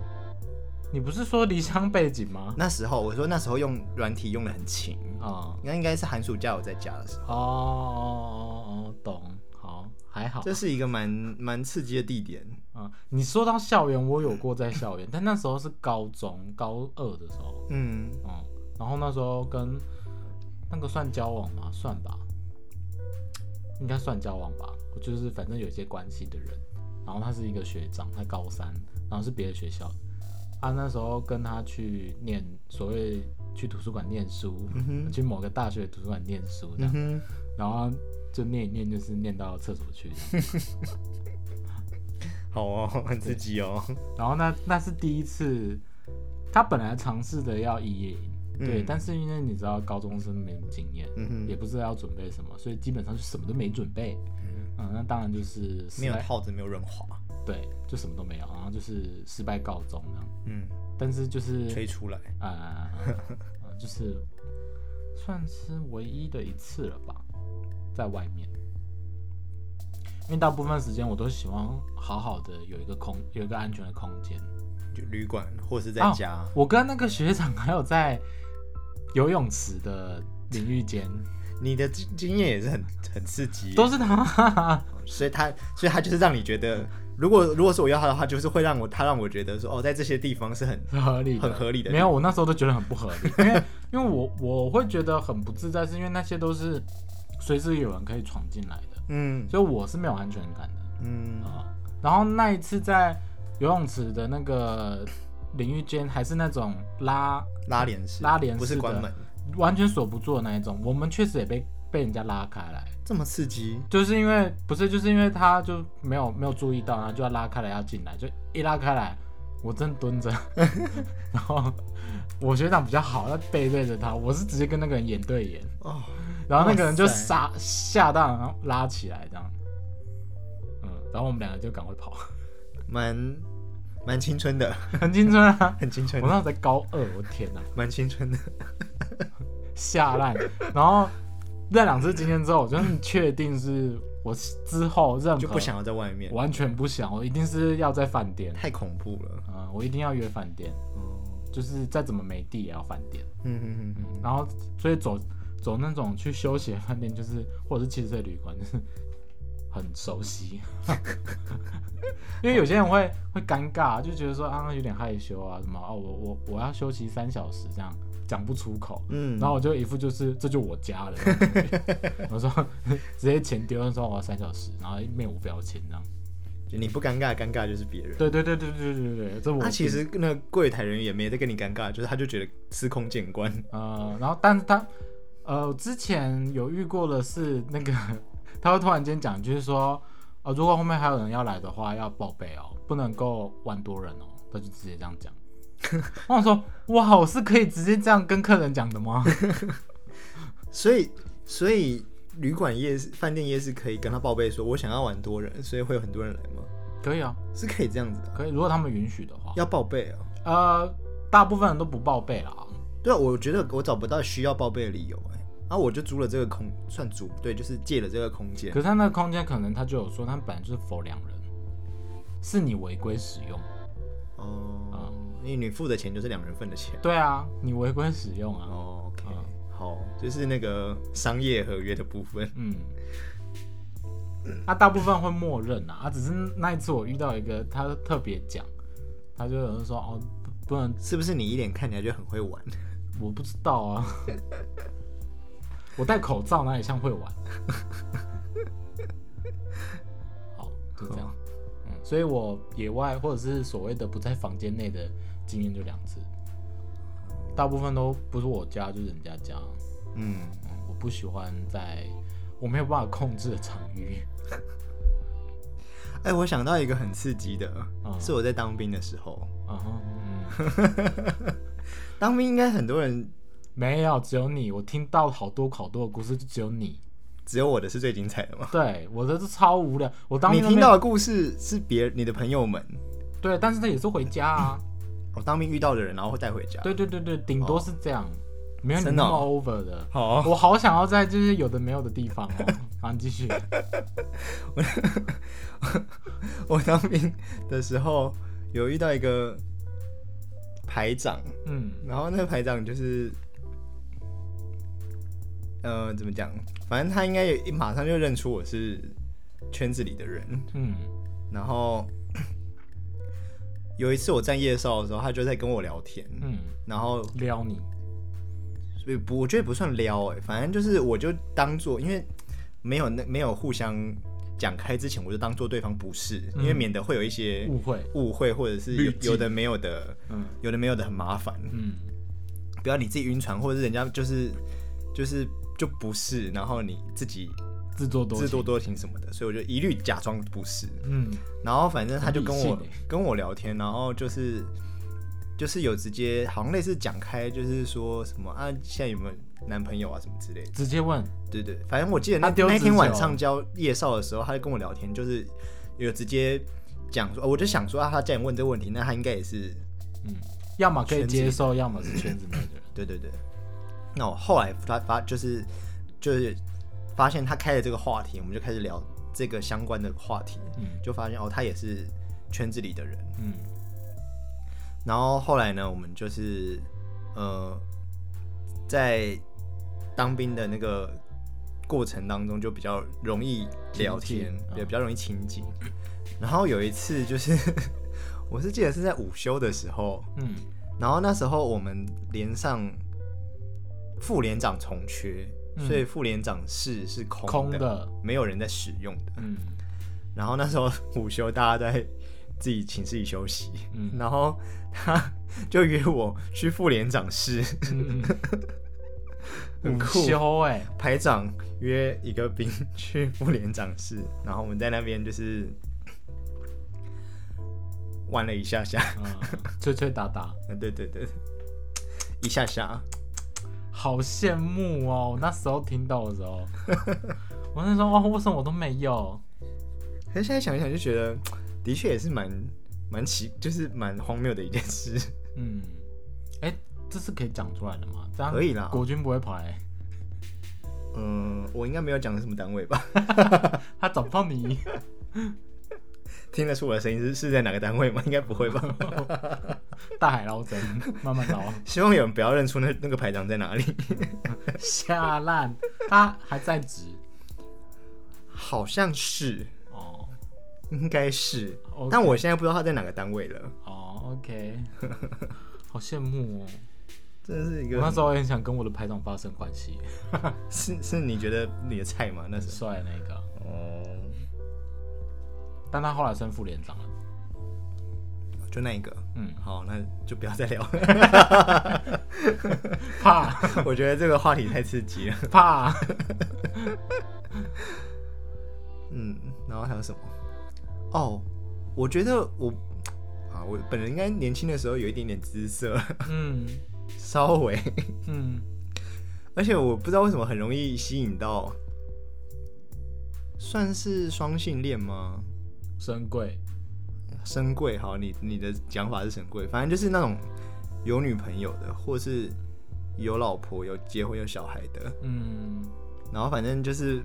Speaker 2: 你不是说离乡背景吗？
Speaker 1: 那时候我说那时候用软体用的很勤，
Speaker 2: 啊、
Speaker 1: 那应该是寒暑假我在家的时候，
Speaker 2: 哦哦哦哦，懂，好，还好。
Speaker 1: 这是一个蛮蛮刺激的地点。
Speaker 2: 啊，你说到校园，我有过在校园，但那时候是高中高二的时候，
Speaker 1: 嗯，
Speaker 2: 嗯，然后那时候跟那个算交往吗？算吧，应该算交往吧。我就是反正有一些关系的人，然后他是一个学长，他高三，然后是别的学校的。啊，那时候跟他去念所谓去图书馆念书，去某个大学图书馆念书这样，
Speaker 1: 嗯
Speaker 2: 然后就念一念，就是念到厕所去这样。
Speaker 1: 好哦，很刺激哦。
Speaker 2: 然后那那是第一次，他本来尝试的要一夜营，对，
Speaker 1: 嗯
Speaker 2: 但是因为你知道高中生没什么经验，
Speaker 1: 嗯哼
Speaker 2: 也不知道要准备什么，所以基本上就什么都没准备。嗯，那当然就是
Speaker 1: 没
Speaker 2: 失
Speaker 1: 有
Speaker 2: 败，
Speaker 1: 套子，没有润滑，
Speaker 2: 对，就什么都没有，然后就是失败告终这样。
Speaker 1: 嗯，
Speaker 2: 但是就是
Speaker 1: 吹出来，
Speaker 2: 啊、呃呃就是算是唯一的一次了吧，在外面。因为大部分时间我都喜欢好好的有一个空，有一个安全的空间。
Speaker 1: 就旅馆或是在
Speaker 2: 啊
Speaker 1: 家，
Speaker 2: 我跟那个学长还有在游泳池的淋浴间，
Speaker 1: 你的经经验 [LAUGHS] 也是很很刺激耶，
Speaker 2: 都是他。
Speaker 1: 所以他，所以他就是让你觉得，如果如果是我要他的话，就是会让我他让我觉得说，哦，在这些地方是很
Speaker 2: 是合理的，
Speaker 1: 很合理的
Speaker 2: 没有，我那时候都觉得很不合
Speaker 1: [LAUGHS]
Speaker 2: 理，因为因为我我会觉得很不自在，是因为那些都是随时有人可以闯进来的，
Speaker 1: 嗯
Speaker 2: 所以我是没有安全感的
Speaker 1: 嗯
Speaker 2: 啊、然后那一次在游泳池的那个淋浴间，还是那种拉
Speaker 1: 拉帘式，
Speaker 2: 拉帘式的
Speaker 1: 不是关门，
Speaker 2: 完全锁不住的那一种，我们确实也被被人家拉开来。
Speaker 1: 这么刺激，
Speaker 2: 就是因为不是，就是因为他就没有没有注意到，然后就要拉开来要进来，就一拉开来，我正蹲着， [LAUGHS] 然后我学长比较好，他背对着他，我是直接跟那个人眼对眼，
Speaker 1: 哦，
Speaker 2: 然后那个人就
Speaker 1: 哇塞
Speaker 2: 傻吓到，然后拉起来这样，嗯，然后我们两个就赶快跑，
Speaker 1: 蛮蛮青春的， [LAUGHS]
Speaker 2: 很青春啊！
Speaker 1: 很青
Speaker 2: 我
Speaker 1: 春，
Speaker 2: 那时候才高二，我天哪，
Speaker 1: 蛮青春的，
Speaker 2: 吓烂！然后那两次经验之后，我就很确定是我之后任何
Speaker 1: 就不想要在外面，
Speaker 2: 完全不想，我一定是要在饭店。
Speaker 1: 太恐怖了，
Speaker 2: 嗯，我一定要约饭店，嗯
Speaker 1: 哦，
Speaker 2: 就是再怎么没地也要饭店。
Speaker 1: 嗯嗯嗯嗯，
Speaker 2: 然后所以走走那种去休息的饭店，就是或者是汽车旅馆，就是 [LAUGHS] 很熟悉。 [LAUGHS] 因为有些人会会尴尬，就觉得说啊有点害羞啊什么哦，我我我要休息三小时这样讲不出口。
Speaker 1: 嗯
Speaker 2: 然后我就一副就是这就我家了， [LAUGHS] 我说直接钱丢了说我要三小时，然后面无表情这样。
Speaker 1: 就你不尴尬，尴尬就是别人。
Speaker 2: 对对对对对对对对，这我
Speaker 1: 他其实那个柜台人员也没在跟你尴尬，就是他就觉得司空见惯，
Speaker 2: 呃，然后但是他呃之前有遇过的是那个 [LAUGHS] 他会突然间讲，就是说呃如果后面还有人要来的话要报备哦，不能够玩多人哦，他就直接这样讲。 [LAUGHS] 我想说哇，我是可以直接这样跟客人讲的吗？ [LAUGHS]
Speaker 1: 所以所以旅馆夜市、饭店夜市可以跟他报备说，我想要玩多人，所以会有很多人来吗？
Speaker 2: 可以啊，
Speaker 1: 是可以这样子的啊，
Speaker 2: 可以，如果他们允许的话。
Speaker 1: 要报备哦。
Speaker 2: 呃，大部分人都不报备啦。
Speaker 1: 对啊，我觉得我找不到需要报备的理由哎、啊，我就租了这个空，算租对，就是借了这个空间
Speaker 2: 可。是他那个空间可能他就有说，他本来就是否两人，是你违规使用。
Speaker 1: 哦，因为你付的钱就是两人份的钱。
Speaker 2: 对啊，你违规使用啊。
Speaker 1: 哦，OK，
Speaker 2: 嗯
Speaker 1: 好，就是那个商业合约的部分。
Speaker 2: 嗯，他大部分会默认啊，啊，只是那一次我遇到一个，他特别讲，他就有人说哦，不不能，
Speaker 1: 是不是你一脸看起来就很会玩？
Speaker 2: 我不知道啊， [LAUGHS] 我戴口罩哪里像会玩？ [LAUGHS] 好，就这样，嗯，所以我野外或者是所谓的不在房间内的经验就两次，大部分都不是我家就是人家家，
Speaker 1: 嗯，
Speaker 2: 嗯，我不喜欢在我没有办法控制的场域。
Speaker 1: 哎、我想到一个很刺激的，
Speaker 2: 嗯
Speaker 1: 是我在当兵的时候，
Speaker 2: 哦，
Speaker 1: 嗯当兵应该很多人，
Speaker 2: [LAUGHS] 没有，只有你。我听到好多好多的故事，就只有你。
Speaker 1: 只有我的是最精彩的嘛。
Speaker 2: 对，我的是超无聊。我当
Speaker 1: 你
Speaker 2: 兵都没
Speaker 1: 听到的故事是别你的朋友们，
Speaker 2: 对，但是他也是回家啊。
Speaker 1: 我、当兵遇到的人，然后会带回家。
Speaker 2: 对对对对，顶多是这样，没有你
Speaker 1: 哦真的
Speaker 2: 那么
Speaker 1: 哦
Speaker 2: over 的。
Speaker 1: 好，
Speaker 2: 我好想要在就是有的没有的地方哦。 [LAUGHS] 好，你继续。
Speaker 1: [LAUGHS] 我当兵的时候有遇到一个排长，
Speaker 2: 嗯
Speaker 1: 然后那个排长就是，呃，怎么讲？反正他应该也马上就认出我是圈子里的人。
Speaker 2: 嗯
Speaker 1: 然后有一次我站夜哨的时候，他就在跟我聊天，
Speaker 2: 嗯，
Speaker 1: 然后
Speaker 2: 撩你。
Speaker 1: 所以不，我觉得不算撩哎、反正就是我就当做，因为没有那没有互相讲开之前，我就当做对方不是，因为
Speaker 2: 嗯
Speaker 1: 免得会有一些
Speaker 2: 误会。
Speaker 1: 误会或者是
Speaker 2: 滤
Speaker 1: 有
Speaker 2: 镜
Speaker 1: 有的没有的，
Speaker 2: 嗯
Speaker 1: 有的没有的很麻烦。
Speaker 2: 嗯
Speaker 1: 不要你自己晕船，或者是人家就是就是就不是，然后你自己
Speaker 2: 自作多
Speaker 1: 自
Speaker 2: 情，
Speaker 1: 作多情什么的，所以我就一律假装不是。
Speaker 2: 嗯，
Speaker 1: 然后反正他就跟我
Speaker 2: 很理性
Speaker 1: 跟我聊天，然后就是就是有直接好像类似讲开，就是说什么啊，现在有没有男朋友啊什么之类的。
Speaker 2: 直接问，
Speaker 1: 对对，反正我记得
Speaker 2: 他
Speaker 1: 那
Speaker 2: 丢
Speaker 1: 那
Speaker 2: 纸
Speaker 1: 天晚
Speaker 2: 球
Speaker 1: 上交夜少的时候，他就跟我聊天，就是有直接讲说，哦我就想说啊，他既然问这个问题，那他应该也是
Speaker 2: 嗯，要么可以
Speaker 1: 圈子
Speaker 2: 接受，要么是圈子内的人。
Speaker 1: 对对对。那我后来发发就是就是发现他开了这个话题，我们就开始聊这个相关的话题，
Speaker 2: 嗯
Speaker 1: 就发现哦，他也是圈子里的人。
Speaker 2: 嗯
Speaker 1: 然后后来呢，我们就是呃，在当兵的那个过程当中，就比较容易聊天
Speaker 2: 亲近，
Speaker 1: 也
Speaker 2: 嗯
Speaker 1: 比较容易亲近。然后有一次就是， [LAUGHS] 我是记得是在午休的时候，
Speaker 2: 嗯
Speaker 1: 然后那时候我们连上副连长重缺，
Speaker 2: 嗯
Speaker 1: 所以副连长室是空的，
Speaker 2: 空的，
Speaker 1: 没有人在使用的。
Speaker 2: 嗯
Speaker 1: 然后那时候午休，大家都在自己寝室里休息，
Speaker 2: 嗯
Speaker 1: 然后他就约我去副连长室，
Speaker 2: 嗯，嗯
Speaker 1: [LAUGHS] 很
Speaker 2: 午
Speaker 1: 酷
Speaker 2: 休哎，
Speaker 1: 排长约一个兵去副连长室，然后我们在那边就是玩了一下下，
Speaker 2: 嗯，吹吹打打，
Speaker 1: 对对对，一下下，
Speaker 2: 好羡慕哦！我那时候听到的
Speaker 1: [LAUGHS]
Speaker 2: 时候，我那时候哦，为什么我都没有？
Speaker 1: 可是现在想一想就觉得，的确也是蛮蛮奇，就是蛮荒谬的一件事。 [LAUGHS]
Speaker 2: 嗯，哎、这是可以讲出来的吗？这样
Speaker 1: 可以啦
Speaker 2: 国军不会跑来、
Speaker 1: 嗯，我应该没有讲是什么单位吧？ [LAUGHS]
Speaker 2: 他找不到你。 [LAUGHS]
Speaker 1: 听得出我的声音是是在哪个单位吗？应该不会吧？ [LAUGHS]
Speaker 2: 大海捞针，慢慢捞，
Speaker 1: 希望有人不要认出那那个排长在哪里。 [LAUGHS]
Speaker 2: 下烂。他还在职
Speaker 1: 好像是，
Speaker 2: 哦
Speaker 1: 应该是
Speaker 2: OK
Speaker 1: 但我现在不知道他在哪个单位了。
Speaker 2: 哦，OK，好
Speaker 1: [LAUGHS]
Speaker 2: 羡慕哦！
Speaker 1: 真的是一
Speaker 2: 我
Speaker 1: 个
Speaker 2: 那时候也很想跟我的排长发生关系，
Speaker 1: 是是你觉得你的菜吗？那
Speaker 2: 很
Speaker 1: 时候
Speaker 2: 帅的那个，
Speaker 1: 哦，
Speaker 2: 但他后来升副连长了。
Speaker 1: 就那一个。
Speaker 2: 嗯，
Speaker 1: 好，那就不要再聊了。 [LAUGHS]
Speaker 2: 怕 [LAUGHS]
Speaker 1: 我觉得这个话题太刺激了。
Speaker 2: 怕，
Speaker 1: 嗯，然后还有什么？哦，我觉得我啊，我本人应该年轻的时候有一点点姿色，
Speaker 2: 嗯
Speaker 1: 稍微， [LAUGHS]
Speaker 2: 嗯，
Speaker 1: 而且我不知道为什么很容易吸引到，算是双性恋吗？
Speaker 2: 深贵，
Speaker 1: 神贵，好，你你的讲法是神贵，反正就是那种有女朋友的，或是有老婆、有结婚、有小孩的，
Speaker 2: 嗯，
Speaker 1: 然后反正就是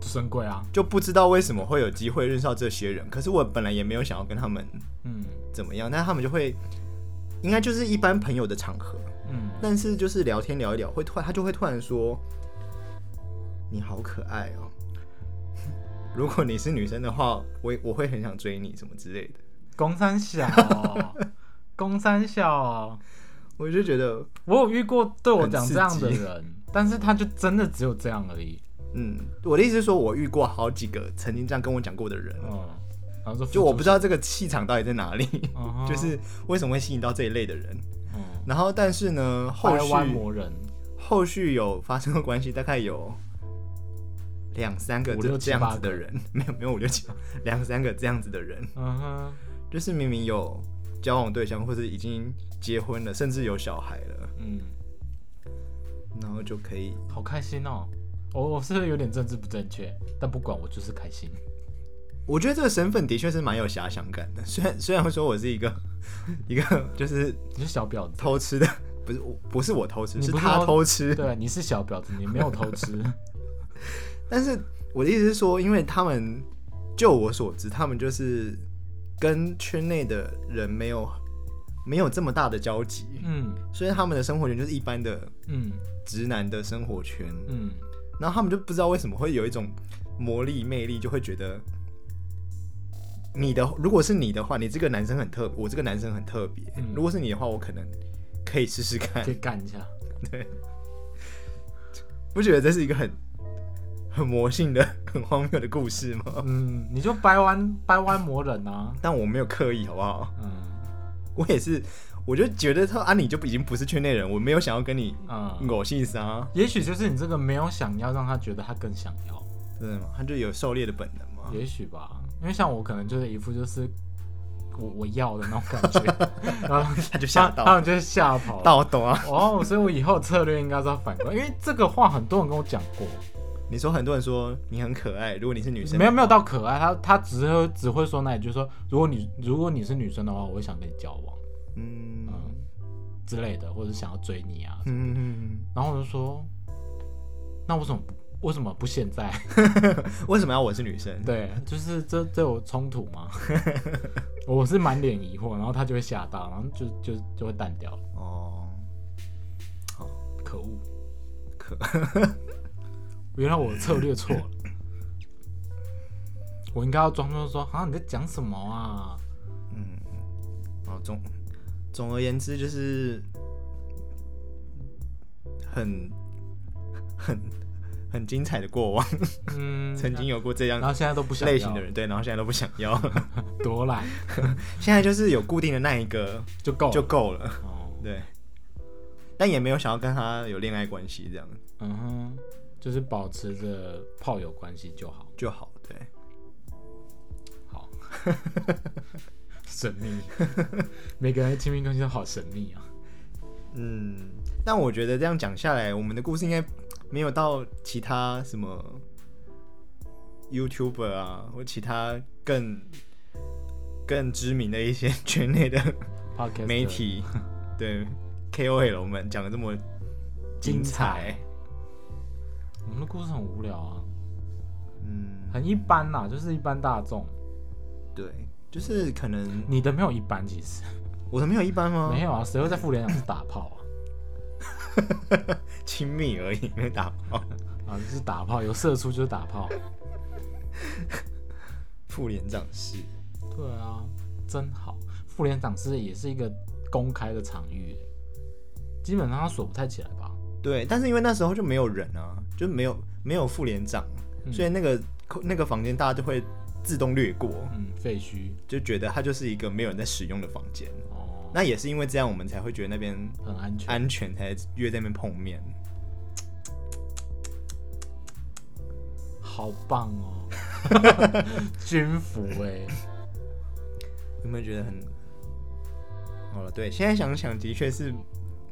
Speaker 2: 就深贵啊，
Speaker 1: 就不知道为什么会有机会认识到这些人，可是我本来也没有想要跟他们
Speaker 2: 嗯
Speaker 1: 怎么样，但他们就会应该就是一般朋友的场合，
Speaker 2: 嗯，
Speaker 1: 但是就是聊天聊一聊，会突然他就会突然说：“你好可爱哦、 [LAUGHS] 如果你是女生的话，我我会很想追你什么之类的。” [LAUGHS]
Speaker 2: 公三 [LAUGHS] 小，哦公三小，
Speaker 1: 我就觉得，
Speaker 2: 我有遇过对我讲
Speaker 1: 很刺
Speaker 2: 这样的
Speaker 1: 激
Speaker 2: 人，但是他就真的只有这样而已。
Speaker 1: 嗯，我的意思是说，我遇过好几个曾经这样跟我讲过的人，
Speaker 2: 嗯，然后说
Speaker 1: 就我不知道这个气场到底在哪里， [LAUGHS]
Speaker 2: 道
Speaker 1: 就是为什么会吸引到这一类的人。
Speaker 2: 嗯，
Speaker 1: 然后，但是呢，后
Speaker 2: 掰弯
Speaker 1: 续
Speaker 2: 魔人，
Speaker 1: 后续有发生过关系，大概有两三个
Speaker 2: 五
Speaker 1: 这这
Speaker 2: 六七
Speaker 1: 样
Speaker 2: 八
Speaker 1: 子的
Speaker 2: 个
Speaker 1: 人， [LAUGHS] 没有没有五六七八，两三个这样子的人，
Speaker 2: 嗯哼，
Speaker 1: 就是明明有交往对象，或是已经结婚了，甚至有小孩了，
Speaker 2: 嗯，
Speaker 1: 然后就可以
Speaker 2: 好开心哦。我我是不是有点政治不正确？但不管，我就是开心。
Speaker 1: 我觉得这个身份的确是蛮有遐想感的， [LAUGHS] 虽然虽然说我是一个 [LAUGHS] 一个就是
Speaker 2: 你是小婊
Speaker 1: [LAUGHS]
Speaker 2: 子，
Speaker 1: 偷吃的，不是我不是我偷吃，
Speaker 2: 你
Speaker 1: 是
Speaker 2: 不是
Speaker 1: 他
Speaker 2: 偷
Speaker 1: 偷吃。
Speaker 2: 对，你是小婊子，你没有偷
Speaker 1: [LAUGHS]
Speaker 2: 吃。
Speaker 1: 但是我的意思是说，因为他们就我所知，他们就是跟圈内的人没有没有这么大的交集，
Speaker 2: 嗯
Speaker 1: 所以他们的生活圈就是一般的
Speaker 2: 嗯
Speaker 1: 直男的生活圈。
Speaker 2: 嗯，
Speaker 1: 然后他们就不知道为什么会有一种魔力魅力，就会觉得你的如果是你的话，你这个男生很特，我这个男生很特别。
Speaker 2: 嗯
Speaker 1: 如果是你的话，我可能可以试试看
Speaker 2: 可。以干一下。
Speaker 1: 不觉得这是一个很很魔性的、很荒谬的故事吗？
Speaker 2: 嗯，你就掰弯掰弯魔人啊。
Speaker 1: 但我没有刻意，好不好？
Speaker 2: 嗯
Speaker 1: 我也是，我就觉得他啊，你就已经不是圈内人，我没有想要跟你
Speaker 2: 嗯，
Speaker 1: 狗性杀。
Speaker 2: 也许就是你这个没有想要让他觉得他更想要。
Speaker 1: 真的吗？他就有狩猎的本能吗？ [LAUGHS]
Speaker 2: 也许吧，因为像我可能就是一副就是我我要的那种感
Speaker 1: [LAUGHS]
Speaker 2: 觉，然后
Speaker 1: 他就吓
Speaker 2: 他他
Speaker 1: 到，
Speaker 2: 们就吓跑了。
Speaker 1: 但我懂啊。
Speaker 2: 哦，所以我以后策略应该是要反过来，因为这个话很多人跟我讲过，
Speaker 1: 你说很多人说你很可爱，如果你是女生，
Speaker 2: 没有没有到可爱，他他只会只会说那一句说，如果你如果你是女生的话，我会想跟你交往
Speaker 1: 嗯
Speaker 2: 嗯之类的，或者想要追你啊。
Speaker 1: 嗯嗯
Speaker 2: 然后我就说，那为什么不为什么不现在？
Speaker 1: 嗯，为什么要我是女生？
Speaker 2: 对，就是这这有冲突吗？ [LAUGHS] 我是满脸疑惑，然后他就会吓到，然后就就就会淡掉了。
Speaker 1: 哦，
Speaker 2: 可恶，
Speaker 1: 可
Speaker 2: 原来我的策略错了，我应该要装作说啊你在讲什么啊？
Speaker 1: 嗯，哦总总而言之就是很很很精彩的过往，[LAUGHS]
Speaker 2: 嗯，
Speaker 1: 曾经有过这
Speaker 2: 然后
Speaker 1: 样
Speaker 2: 现在都不想要
Speaker 1: 类型的人，对，然后现在都不想要，
Speaker 2: 多懒
Speaker 1: 现在就是有固定的那一个
Speaker 2: 就够了
Speaker 1: 就够了，
Speaker 2: 哦，
Speaker 1: 对，但也没有想要跟他有恋爱关系这样
Speaker 2: 嗯哼，就是保持着炮友关系就好，
Speaker 1: 就好，对，
Speaker 2: 好，神
Speaker 1: [LAUGHS]
Speaker 2: 秘，每个人的亲密关系都好神秘啊。
Speaker 1: 嗯，但我觉得这样讲下来，我们的故事应该没有到其他什么 YouTuber 啊，或其他更更知名的一些圈
Speaker 2: [LAUGHS]
Speaker 1: 内的
Speaker 2: Podcast
Speaker 1: 媒体，对 KOL 们讲的这么精
Speaker 2: 精
Speaker 1: 彩
Speaker 2: 彩。我们的故事很无聊啊，
Speaker 1: 嗯，
Speaker 2: 很一般啦，就是一般大众。
Speaker 1: 对，就是可能
Speaker 2: 你的没有一般，其实、
Speaker 1: 我的没有一般吗？
Speaker 2: 没有啊，谁会在复联两是打炮啊
Speaker 1: 亲密而已，没有打炮。
Speaker 2: 啊？啊，就是打炮，有射出就是打炮。
Speaker 1: 副连长是，
Speaker 2: 对啊，真好。副连长是也是一个公开的场域，基本上他锁不太起来吧？
Speaker 1: 对，但是因为那时候就没有人啊，就没有没有副连长，
Speaker 2: 嗯
Speaker 1: 所以那个那个房间大家就会自动略过，
Speaker 2: 嗯，废墟
Speaker 1: 就觉得它就是一个没有人在使用的房间。
Speaker 2: 哦，
Speaker 1: 那也是因为这样，我们才会觉得那边
Speaker 2: 很安全。
Speaker 1: 安全，才约在那边碰面。
Speaker 2: 好棒 [LAUGHS] 哦，军服哎、
Speaker 1: 有没有觉得很？好了，对，现在想想的确是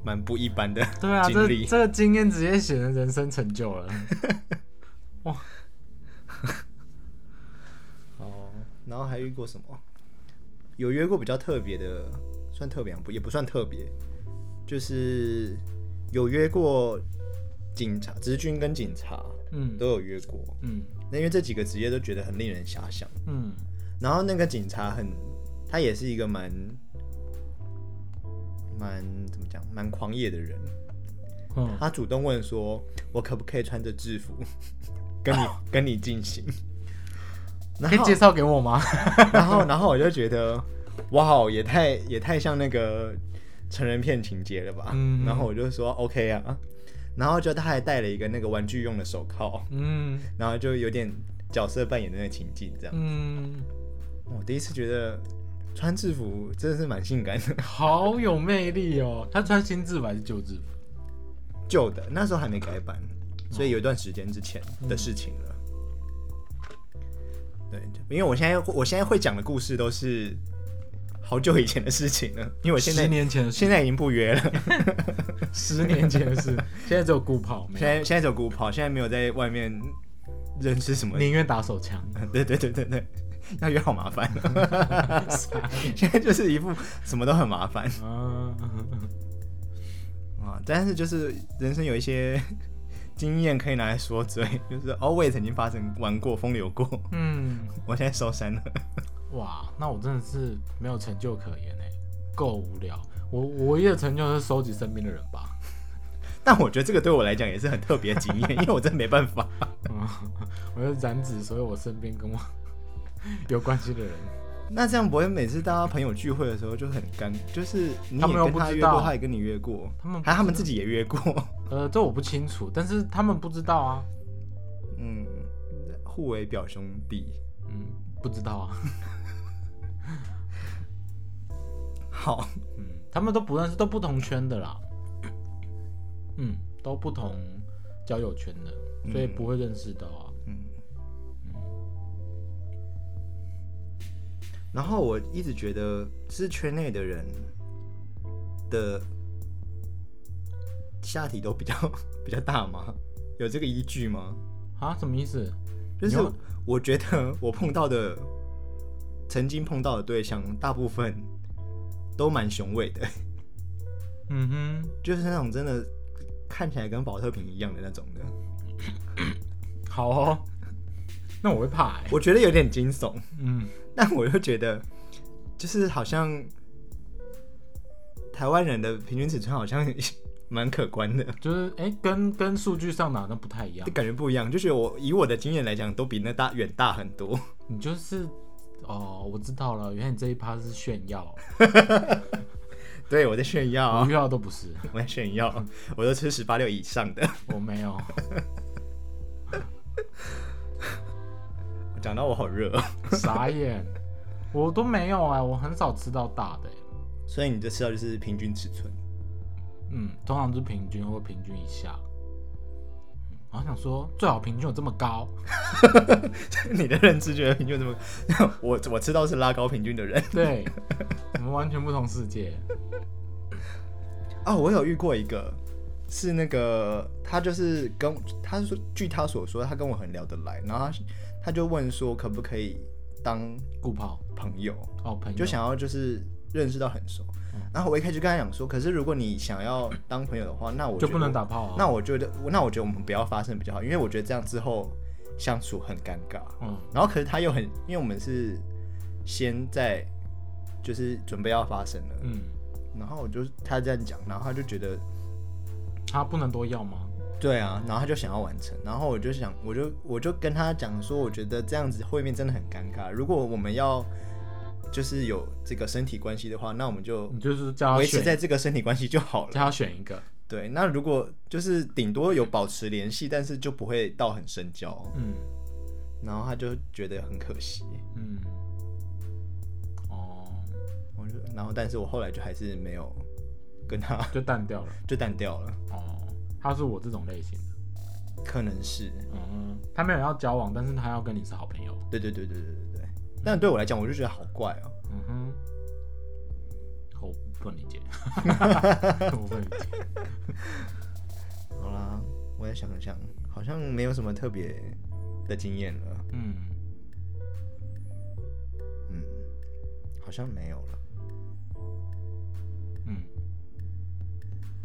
Speaker 1: 蛮不一般的
Speaker 2: 对啊，
Speaker 1: 经
Speaker 2: 这
Speaker 1: 历。
Speaker 2: 这个经验直接写成人生成就了。
Speaker 1: 哦，然后还遇过什么？有约过比较特别的，算特别吗不也不算特别，就是有约过警察、职军跟警察
Speaker 2: 嗯
Speaker 1: 都有约过。
Speaker 2: 嗯
Speaker 1: 那因为这几个职业都觉得很令人遐想。
Speaker 2: 嗯，
Speaker 1: 然后那个警察很，他也是一个蛮蛮怎么讲，蛮狂野的人。
Speaker 2: 嗯
Speaker 1: 他主动问说：“我可不可以穿着制服 [LAUGHS] 跟
Speaker 2: [LAUGHS]
Speaker 1: 你跟你进行？”然
Speaker 2: 可以
Speaker 1: 后
Speaker 2: 介绍给我吗？
Speaker 1: 然后然后我就觉得，哇，哦也太也太像那个成人片情节了吧？
Speaker 2: 嗯
Speaker 1: 然后我就说 OK 啊，然后就他还戴了一个那个玩具用的手铐，
Speaker 2: 嗯
Speaker 1: 然后就有点角色扮演的那个情境这样。
Speaker 2: 嗯，
Speaker 1: 我第一次觉得穿制服真的是蛮性感的， [LAUGHS]
Speaker 2: 好有魅力哦。他穿新制服还是旧制服？
Speaker 1: 旧的那时候还没改版，所以有一段时间之前的事情了。
Speaker 2: 嗯
Speaker 1: 对，因为我现在我现在会讲的故事都是好久以前的事情了，因为我现
Speaker 2: 十
Speaker 1: 在
Speaker 2: 年前的事，
Speaker 1: 现在已经不约了，
Speaker 2: 十年前的
Speaker 1: [LAUGHS]
Speaker 2: 事，现在只有顾跑，没
Speaker 1: 现在现在走古跑，现在没有在外面认识什么
Speaker 2: 有，宁愿打手枪。
Speaker 1: [LAUGHS] 对对对对对， [LAUGHS] 要约好麻
Speaker 2: [LAUGHS]
Speaker 1: 烦，啊现在就是一副什么都很麻烦
Speaker 2: 啊，
Speaker 1: 啊，但是就是人生有一些 [LAUGHS] 经验可以拿来说嘴，就是哦，我也曾经发生玩过风流过， [LAUGHS]
Speaker 2: 嗯，
Speaker 1: 我现在收山了。
Speaker 2: 哇，那我真的是没有成就可言哎，够无聊。我我唯一的成就是收集身边的人吧。
Speaker 1: 但我觉得这个对我来讲也是很特别的经
Speaker 2: [LAUGHS]
Speaker 1: 验，因为我真的没办法。
Speaker 2: 嗯，我就染指所有我身边跟我 [LAUGHS] 有关系的人。
Speaker 1: 那这样不会每次大家朋友聚会的时候就很尴，就是你也
Speaker 2: 他们又
Speaker 1: 跟
Speaker 2: 不
Speaker 1: 他
Speaker 2: 知
Speaker 1: 约
Speaker 2: 道
Speaker 1: 过，他也跟你约过，
Speaker 2: 他们不
Speaker 1: 还有他们自己也约过，
Speaker 2: 呃，这我不清楚，但是他们不知道啊。
Speaker 1: 嗯，互为表兄弟。
Speaker 2: 嗯，不知道啊。
Speaker 1: 好，
Speaker 2: 嗯，他们都不认识，都不同圈的啦。嗯嗯，都不同交友圈的，所以不会认识到啊。
Speaker 1: 嗯，然后我一直觉得是圈内的人的下体都比较 [LAUGHS] 比较大吗？有这个依据吗？
Speaker 2: 啊，什么意思？
Speaker 1: 就是
Speaker 2: 你要
Speaker 1: 我觉得我碰到的，曾经碰到的对象，大部分都蛮雄伟的， [LAUGHS]
Speaker 2: 嗯哼，
Speaker 1: 就是那种真的看起来跟保特瓶一样的那种的，
Speaker 2: 好哦， [LAUGHS] 那我会怕、欸，
Speaker 1: 我觉得有点惊悚。
Speaker 2: 嗯，
Speaker 1: 但我又觉得，就是好像台湾人的平均尺寸好像 [LAUGHS] 蛮可观的，
Speaker 2: 就是哎、跟跟数据上哪都不太一样
Speaker 1: 就，感觉不一样。就是我以我的经验来讲，都比那大远大很多。
Speaker 2: 你就是哦，我知道了，原来你这一趴是炫耀，
Speaker 1: 对我在炫耀
Speaker 2: 我
Speaker 1: 啊，
Speaker 2: 遇到都不是，
Speaker 1: 我在炫耀，我都吃十八六以上的。
Speaker 2: 我没有， [LAUGHS]
Speaker 1: 讲到我好热哦，
Speaker 2: 傻眼，我都没有哎、我很少吃到大的、欸，
Speaker 1: 所以你这吃到就是平均尺寸。 [LAUGHS]
Speaker 2: 嗯，通常是平均或平均以下。嗯我想说，最好平均有这么
Speaker 1: [LAUGHS]
Speaker 2: 高，
Speaker 1: 你的认知觉得平均这么， [LAUGHS] 我我吃到是拉高平均的人
Speaker 2: 对，我们完全不同世界。
Speaker 1: 哦。我有遇过一个，是那个他就是跟他说，据他所说，他跟我很聊得来，然后他他就问说可不可以当
Speaker 2: 顾跑
Speaker 1: 朋友，
Speaker 2: 哦，朋友嗯
Speaker 1: 就想要就是认识到很熟。然后我一开始就跟他讲说，可是如果你想要当朋友的话，那我
Speaker 2: 就
Speaker 1: 觉
Speaker 2: 不
Speaker 1: 得
Speaker 2: 能打炮啊。
Speaker 1: 那我觉得，那我觉得我们不要发生比较好，因为我觉得这样之后相处很尴尬。
Speaker 2: 嗯
Speaker 1: 然后可是他又很，因为我们是先在就是准备要发生了，
Speaker 2: 嗯，
Speaker 1: 然后我就他这样讲，然后他就觉得
Speaker 2: 他不能多要吗？
Speaker 1: 对啊，然后他就想要完成，然后我就想，我就我就跟他讲说，我觉得这样子会面真的很尴尬，如果我们要就是有这个身体关系的话，那我们就
Speaker 2: 你就是叫他
Speaker 1: 维持
Speaker 2: 选，
Speaker 1: 在这个身体关系就好了。
Speaker 2: 叫他选一个。
Speaker 1: 对，那如果就是顶多有保持联系，但是就不会到很深交，
Speaker 2: 嗯
Speaker 1: 然后他就觉得很可惜。
Speaker 2: 嗯，哦，
Speaker 1: 我就，然后但是我后来就还是没有跟他
Speaker 2: 就淡掉了。
Speaker 1: 就淡掉了，
Speaker 2: 哦，他是我这种类型的。
Speaker 1: 可能是，
Speaker 2: 嗯，他没有要交往，但是他要跟你是好朋友。
Speaker 1: 对对对对对对对。但对我来讲，我就觉得好怪哦、
Speaker 2: 嗯哼，我不能理
Speaker 1: [LAUGHS]
Speaker 2: 解， [LAUGHS] 我不能理解。
Speaker 1: 好啦，我也想了想，好像没有什么特别的经验了，
Speaker 2: 嗯。
Speaker 1: 嗯，好像没有了，
Speaker 2: 嗯，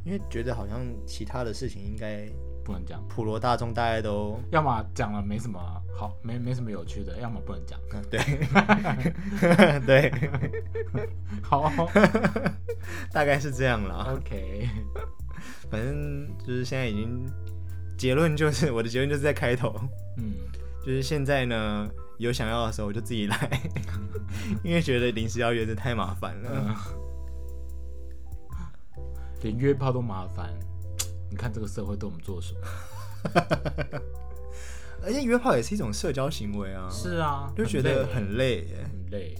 Speaker 1: 因为觉得好像其他的事情应该
Speaker 2: 不能讲，
Speaker 1: 普罗大众大家都。
Speaker 2: 要么讲了没什么好，没没什么有趣的，要么不能讲。 [LAUGHS]
Speaker 1: 嗯，对， [LAUGHS] 对，
Speaker 2: 好
Speaker 1: 大概是这样啦。
Speaker 2: ，OK，
Speaker 1: 反正就是现在已经结论就是我的结论就是在开头，
Speaker 2: 嗯，
Speaker 1: 就是现在呢，有想要的时候我就自己来， [LAUGHS] 因为觉得临时邀约真的太麻烦
Speaker 2: 嗯
Speaker 1: 了。
Speaker 2: 连约炮都麻烦，你看这个社会对我们做什么？
Speaker 1: 而且约炮也是一种社交行为啊，
Speaker 2: 是啊，
Speaker 1: 就觉得
Speaker 2: 很
Speaker 1: 很累耶。
Speaker 2: 很累，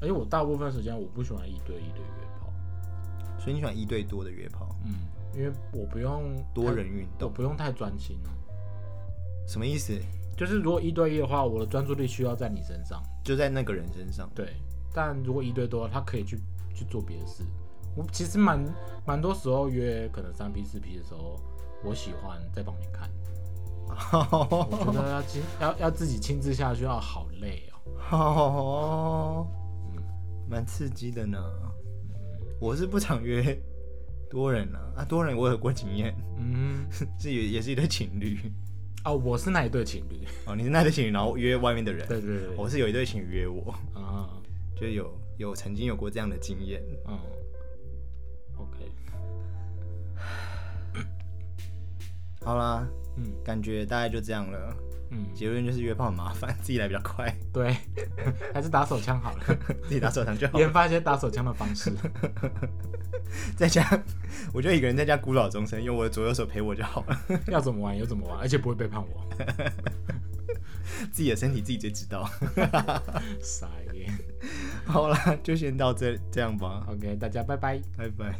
Speaker 2: 而且我大部分时间我不喜欢一对一的约炮，
Speaker 1: 所以你喜欢一对多的约炮，
Speaker 2: 嗯，因为我不用
Speaker 1: 多
Speaker 2: 太
Speaker 1: 人，运
Speaker 2: 我
Speaker 1: 动
Speaker 2: 不用太专心啊。
Speaker 1: 什么意思？
Speaker 2: 就是如果一对一的话，我的专注力需要在你身上，
Speaker 1: 就在那个人身上。
Speaker 2: 对，但如果一对多，他可以去去做别的事。我其实蛮蛮多时候约可能三 P 四 P 的时候，我喜欢在旁边看，我觉得要亲要要自己亲自下去，要好累
Speaker 1: [LAUGHS]
Speaker 2: 哦。
Speaker 1: 哦，蛮刺激的呢。我是不常约多人啊，啊，多人我有过经验， [LAUGHS]
Speaker 2: 嗯，
Speaker 1: 是也也是一对情侣。
Speaker 2: 哦，我是那一对情侣，
Speaker 1: 哦，你是那对情侣，然后约外面的人。
Speaker 2: 对对对对，
Speaker 1: 我是有一对情侣约我，
Speaker 2: [LAUGHS] 嗯
Speaker 1: 就有有曾经有过这样的经验。
Speaker 2: 嗯，OK，
Speaker 1: 好啦，
Speaker 2: 嗯
Speaker 1: 感觉大概就这样了。
Speaker 2: 嗯，
Speaker 1: 结论就是约炮很麻烦，自己来比较快，
Speaker 2: 对， [LAUGHS] 还是打手枪好 [LAUGHS] 了，
Speaker 1: 自己打手枪就好。
Speaker 2: 研发一些打手枪的方式。
Speaker 1: 在家， [LAUGHS] 我就一个人在家孤老终生，用我的左右手陪我就好了。
Speaker 2: 要怎么玩有怎么玩，而且不会背叛我。 [LAUGHS]
Speaker 1: 自己的身体自己最知道。
Speaker 2: 傻眼。
Speaker 1: 好啦，就先到这这样吧，
Speaker 2: OK，大家拜拜。
Speaker 1: 拜拜。